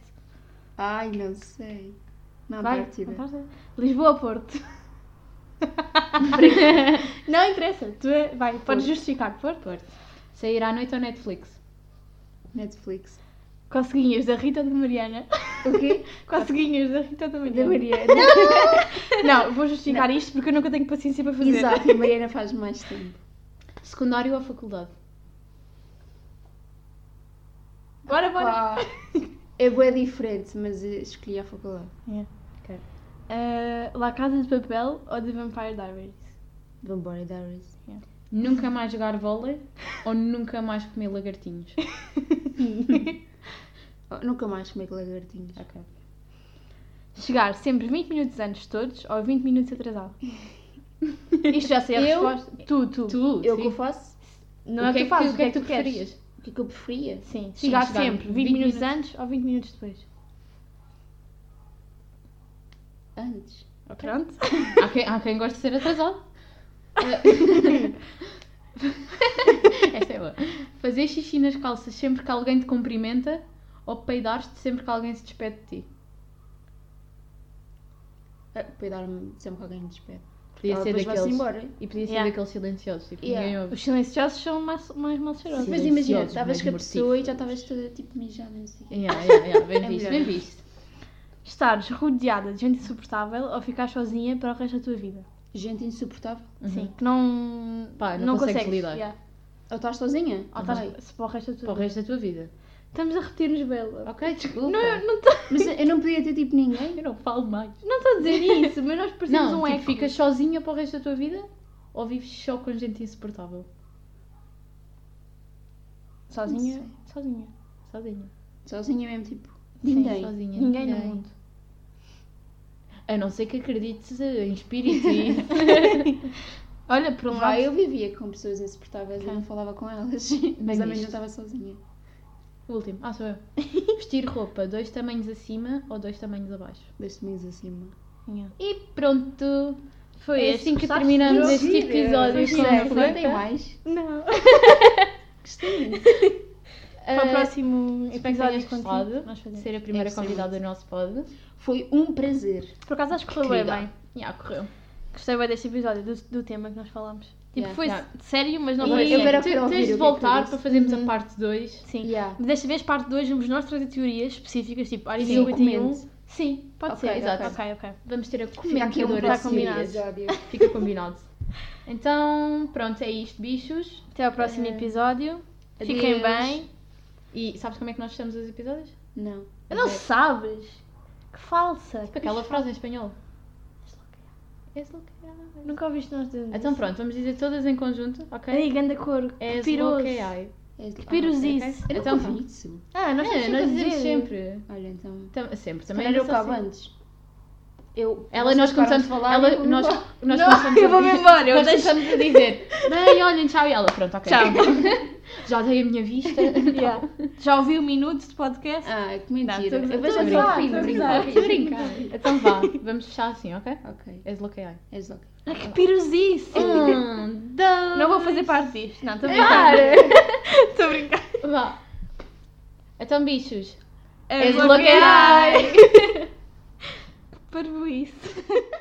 [SPEAKER 3] Ai, não sei. Na
[SPEAKER 2] Vai.
[SPEAKER 3] Antártida.
[SPEAKER 2] Antártida. Lisboa ou Porto? não interessa. Tu é- vai, podes justificar. Porto. Porto.
[SPEAKER 1] Sair à noite ou Netflix?
[SPEAKER 3] Netflix.
[SPEAKER 2] Conseguinhas da Rita de Mariana.
[SPEAKER 3] O quê?
[SPEAKER 2] Conseguinhas da Rita de
[SPEAKER 3] Da
[SPEAKER 2] Mariana.
[SPEAKER 3] Mariana.
[SPEAKER 2] Não, vou justificar isto porque eu nunca tenho paciência para fazer.
[SPEAKER 3] Exato, a Mariana faz mais tempo.
[SPEAKER 1] Secundário ou faculdade?
[SPEAKER 2] Bora, bora.
[SPEAKER 3] Pá, é bem diferente, mas eh, escolhi a faculdade.
[SPEAKER 2] Ah, La Casa de Papel ou The Vampire Diaries?
[SPEAKER 3] Vampire Diaries.
[SPEAKER 1] Nunca mais jogar vôlei ou nunca mais comer lagartinhos?
[SPEAKER 3] Oh, nunca mais comi lagartinhos.
[SPEAKER 1] Ok.
[SPEAKER 2] Chegar sempre 20 minutos antes de todos ou 20 minutos atrasado? Isto já sei a
[SPEAKER 1] Eu?
[SPEAKER 2] resposta. Tu, tu.
[SPEAKER 1] Tu,
[SPEAKER 3] Eu
[SPEAKER 1] sim.
[SPEAKER 3] que eu faço?
[SPEAKER 2] Não
[SPEAKER 1] O
[SPEAKER 2] é o
[SPEAKER 1] que é
[SPEAKER 2] que tu
[SPEAKER 1] que-
[SPEAKER 2] fazes,
[SPEAKER 1] o que é que tu
[SPEAKER 2] queres?
[SPEAKER 1] preferias?
[SPEAKER 3] O que é que eu preferia?
[SPEAKER 2] Sim,
[SPEAKER 1] Sim,
[SPEAKER 2] chegar,
[SPEAKER 1] chegar
[SPEAKER 2] sempre 20,
[SPEAKER 1] 20
[SPEAKER 2] minutos,
[SPEAKER 1] minutos.
[SPEAKER 2] antes ou 20 minutos depois.
[SPEAKER 3] Antes.
[SPEAKER 2] Pronto.
[SPEAKER 1] Há quem, há quem gosta de ser atrasado. Esta é boa. Fazer xixi nas calças sempre que alguém te cumprimenta ou peidar-te sempre que alguém se despede de ti?
[SPEAKER 3] Ah, Peidar-me sempre que alguém me despede.
[SPEAKER 1] Podia
[SPEAKER 3] Ela
[SPEAKER 1] ser
[SPEAKER 3] depois vai-se
[SPEAKER 1] daqueles.
[SPEAKER 3] embora.
[SPEAKER 1] E podia ser
[SPEAKER 2] Yeah.
[SPEAKER 1] daqueles silenciosos, tipo,
[SPEAKER 3] Yeah.
[SPEAKER 1] ninguém ouve.
[SPEAKER 2] Os silenciosos são mais, mais malcheirosos.
[SPEAKER 1] Sim.
[SPEAKER 3] Mas imagina,
[SPEAKER 1] Silenciosos,
[SPEAKER 3] estavas
[SPEAKER 1] mais
[SPEAKER 3] com a
[SPEAKER 1] mortíferos.
[SPEAKER 3] pessoa e já estavas toda tipo mijada, não sei o quê.
[SPEAKER 1] Yeah, yeah, yeah. Bem
[SPEAKER 3] É
[SPEAKER 1] visto,
[SPEAKER 3] melhor.
[SPEAKER 1] bem visto.
[SPEAKER 2] Estares rodeada de gente insuportável ou ficar sozinha para o resto da tua vida?
[SPEAKER 3] Gente insuportável.
[SPEAKER 1] Uhum.
[SPEAKER 2] Sim. Que não.
[SPEAKER 1] Pá, não consegues lidar.
[SPEAKER 2] yeah.
[SPEAKER 3] Ou estás sozinha?
[SPEAKER 2] Ou estás
[SPEAKER 3] Vai.
[SPEAKER 2] se para o resto da tua
[SPEAKER 1] Para o
[SPEAKER 2] vida.
[SPEAKER 1] resto da tua vida.
[SPEAKER 2] Estamos a repetir-nos, Bela.
[SPEAKER 1] Ok, desculpa.
[SPEAKER 2] Não, eu não
[SPEAKER 3] Mas eu não podia ter tipo ninguém.
[SPEAKER 1] eu não falo mais.
[SPEAKER 2] estou a dizer isso, mas nós parecemos
[SPEAKER 1] Não,
[SPEAKER 2] um
[SPEAKER 1] tipo,
[SPEAKER 2] eco.
[SPEAKER 1] ficas sozinha para o resto da tua vida ou vives só com gente insuportável?
[SPEAKER 2] Sozinha?
[SPEAKER 3] Não
[SPEAKER 2] Sozinha.
[SPEAKER 1] Sozinha.
[SPEAKER 3] Sozinha mesmo, tipo.
[SPEAKER 2] Sim,
[SPEAKER 3] Ninguém.
[SPEAKER 1] Sozinha.
[SPEAKER 2] Ninguém no mundo.
[SPEAKER 1] A não ser que acredites eh, em espírito e...
[SPEAKER 2] Olha, por um
[SPEAKER 3] Lá
[SPEAKER 2] lado.
[SPEAKER 3] eu vivia com pessoas insuportáveis e não falava com elas. Mas também
[SPEAKER 1] visto.
[SPEAKER 3] não estava sozinha.
[SPEAKER 1] O último. Ah, sou eu. Vestir roupa dois tamanhos acima ou dois tamanhos abaixo.
[SPEAKER 3] Dois meses acima.
[SPEAKER 2] Yeah.
[SPEAKER 1] E pronto.
[SPEAKER 2] Foi
[SPEAKER 1] é
[SPEAKER 2] este,
[SPEAKER 1] assim que
[SPEAKER 2] gostaste?
[SPEAKER 1] terminamos este
[SPEAKER 3] Mentira.
[SPEAKER 1] episódio.
[SPEAKER 2] Sim,
[SPEAKER 1] com a
[SPEAKER 2] sim.
[SPEAKER 1] Filipa.
[SPEAKER 3] Não tem mais.
[SPEAKER 2] Não. Para o
[SPEAKER 1] Ah,
[SPEAKER 2] próximo
[SPEAKER 1] Espero que tenhas
[SPEAKER 2] episódio
[SPEAKER 1] gostado.
[SPEAKER 2] contigo. Nós fazemos.
[SPEAKER 1] Ser a primeira
[SPEAKER 3] É,
[SPEAKER 1] convidada do nosso pod.
[SPEAKER 3] Foi um prazer.
[SPEAKER 2] Por acaso acho que correu bem,
[SPEAKER 1] Querida.
[SPEAKER 2] bem.
[SPEAKER 1] Já, correu.
[SPEAKER 2] Gostei bem deste episódio, do, do tema que nós falámos. Tipo,
[SPEAKER 3] Yeah.
[SPEAKER 2] foi
[SPEAKER 1] Yeah.
[SPEAKER 2] sério, mas não
[SPEAKER 1] E
[SPEAKER 2] foi
[SPEAKER 3] eu quero
[SPEAKER 2] sério.
[SPEAKER 1] tu-
[SPEAKER 3] ouvir o que é
[SPEAKER 1] tens
[SPEAKER 3] que
[SPEAKER 1] de
[SPEAKER 3] tu
[SPEAKER 1] voltar
[SPEAKER 3] disse. Uhum.
[SPEAKER 1] para fazermos a parte 2.
[SPEAKER 2] Sim.
[SPEAKER 3] Yeah.
[SPEAKER 2] Mas desta vez, parte 2, vamos nós trazer teorias específicas, tipo área
[SPEAKER 3] E eu
[SPEAKER 2] 51.
[SPEAKER 3] comento.
[SPEAKER 2] Sim, pode
[SPEAKER 3] Ok,
[SPEAKER 2] ser.
[SPEAKER 1] exato.
[SPEAKER 2] Ok, ok.
[SPEAKER 1] Vamos ter a
[SPEAKER 3] Fica aqui um
[SPEAKER 1] comentadora. de
[SPEAKER 3] próximo
[SPEAKER 2] combinado.
[SPEAKER 3] episódio.
[SPEAKER 1] Fica combinado. Então, pronto, é isto, bichos.
[SPEAKER 2] Até ao próximo episódio. Eh, Fiquem
[SPEAKER 3] Adeus.
[SPEAKER 2] bem.
[SPEAKER 1] E sabes como é que nós fechamos os episódios?
[SPEAKER 3] Não.
[SPEAKER 2] Não sabes? Que falsa.
[SPEAKER 1] Com Tipo aquela frase em espanhol. És louca.
[SPEAKER 2] Nunca ouviste nós dizermos
[SPEAKER 1] Então
[SPEAKER 2] isso.
[SPEAKER 1] pronto, vamos dizer todas em conjunto, ok? É
[SPEAKER 2] Aí, ganda cor.
[SPEAKER 1] És
[SPEAKER 2] piroso.
[SPEAKER 1] louca. ai.
[SPEAKER 3] É,
[SPEAKER 2] Que pirus
[SPEAKER 3] ok, ok.
[SPEAKER 2] disse?
[SPEAKER 3] Eu
[SPEAKER 1] Então
[SPEAKER 3] então,
[SPEAKER 1] vá.
[SPEAKER 3] ouvi isso.
[SPEAKER 2] Ah, nós
[SPEAKER 1] É,
[SPEAKER 2] temos
[SPEAKER 1] nós
[SPEAKER 2] sempre a
[SPEAKER 1] dizemos
[SPEAKER 2] dizer.
[SPEAKER 1] sempre.
[SPEAKER 3] Olha, então.
[SPEAKER 1] Tam- sempre, também
[SPEAKER 3] Também
[SPEAKER 1] era
[SPEAKER 3] era o
[SPEAKER 1] só
[SPEAKER 3] cabo
[SPEAKER 1] assim.
[SPEAKER 3] antes. Eu,
[SPEAKER 1] Ela, nós começamos, ela,
[SPEAKER 3] e eu
[SPEAKER 1] nós,
[SPEAKER 3] vou-
[SPEAKER 1] nós
[SPEAKER 2] Não,
[SPEAKER 1] começamos
[SPEAKER 2] eu vou-me
[SPEAKER 1] a dizer-
[SPEAKER 2] embora, eu
[SPEAKER 1] nós
[SPEAKER 2] deixo-
[SPEAKER 1] começamos a dizer, bem, olhem, tchau, e ela, pronto, ok.
[SPEAKER 2] Tchau.
[SPEAKER 1] Já dei a minha vista.
[SPEAKER 2] Yeah. Já ouvi um minuto de podcast?
[SPEAKER 3] Ah, que
[SPEAKER 1] Não, tô a
[SPEAKER 3] mentira.
[SPEAKER 1] gozar,
[SPEAKER 3] eu vejo
[SPEAKER 1] tô a
[SPEAKER 3] até o
[SPEAKER 1] gozar,
[SPEAKER 3] um fim,
[SPEAKER 1] tô a
[SPEAKER 3] brincar.
[SPEAKER 2] gozar.
[SPEAKER 3] Tô a brincar.
[SPEAKER 1] Então vá, vamos fechar assim, ok?
[SPEAKER 3] Ok, é
[SPEAKER 1] Esloqueai.
[SPEAKER 3] és ok.
[SPEAKER 2] Ah, que piruzice!
[SPEAKER 1] Um, dois... Ah,
[SPEAKER 2] Não vou fazer parte disto. Não, estou a brincar.
[SPEAKER 1] Para!
[SPEAKER 2] Estou a brincar.
[SPEAKER 1] Vá. Então, bichos,
[SPEAKER 2] É
[SPEAKER 1] bloquear.
[SPEAKER 2] bloquear. Que parvoíce.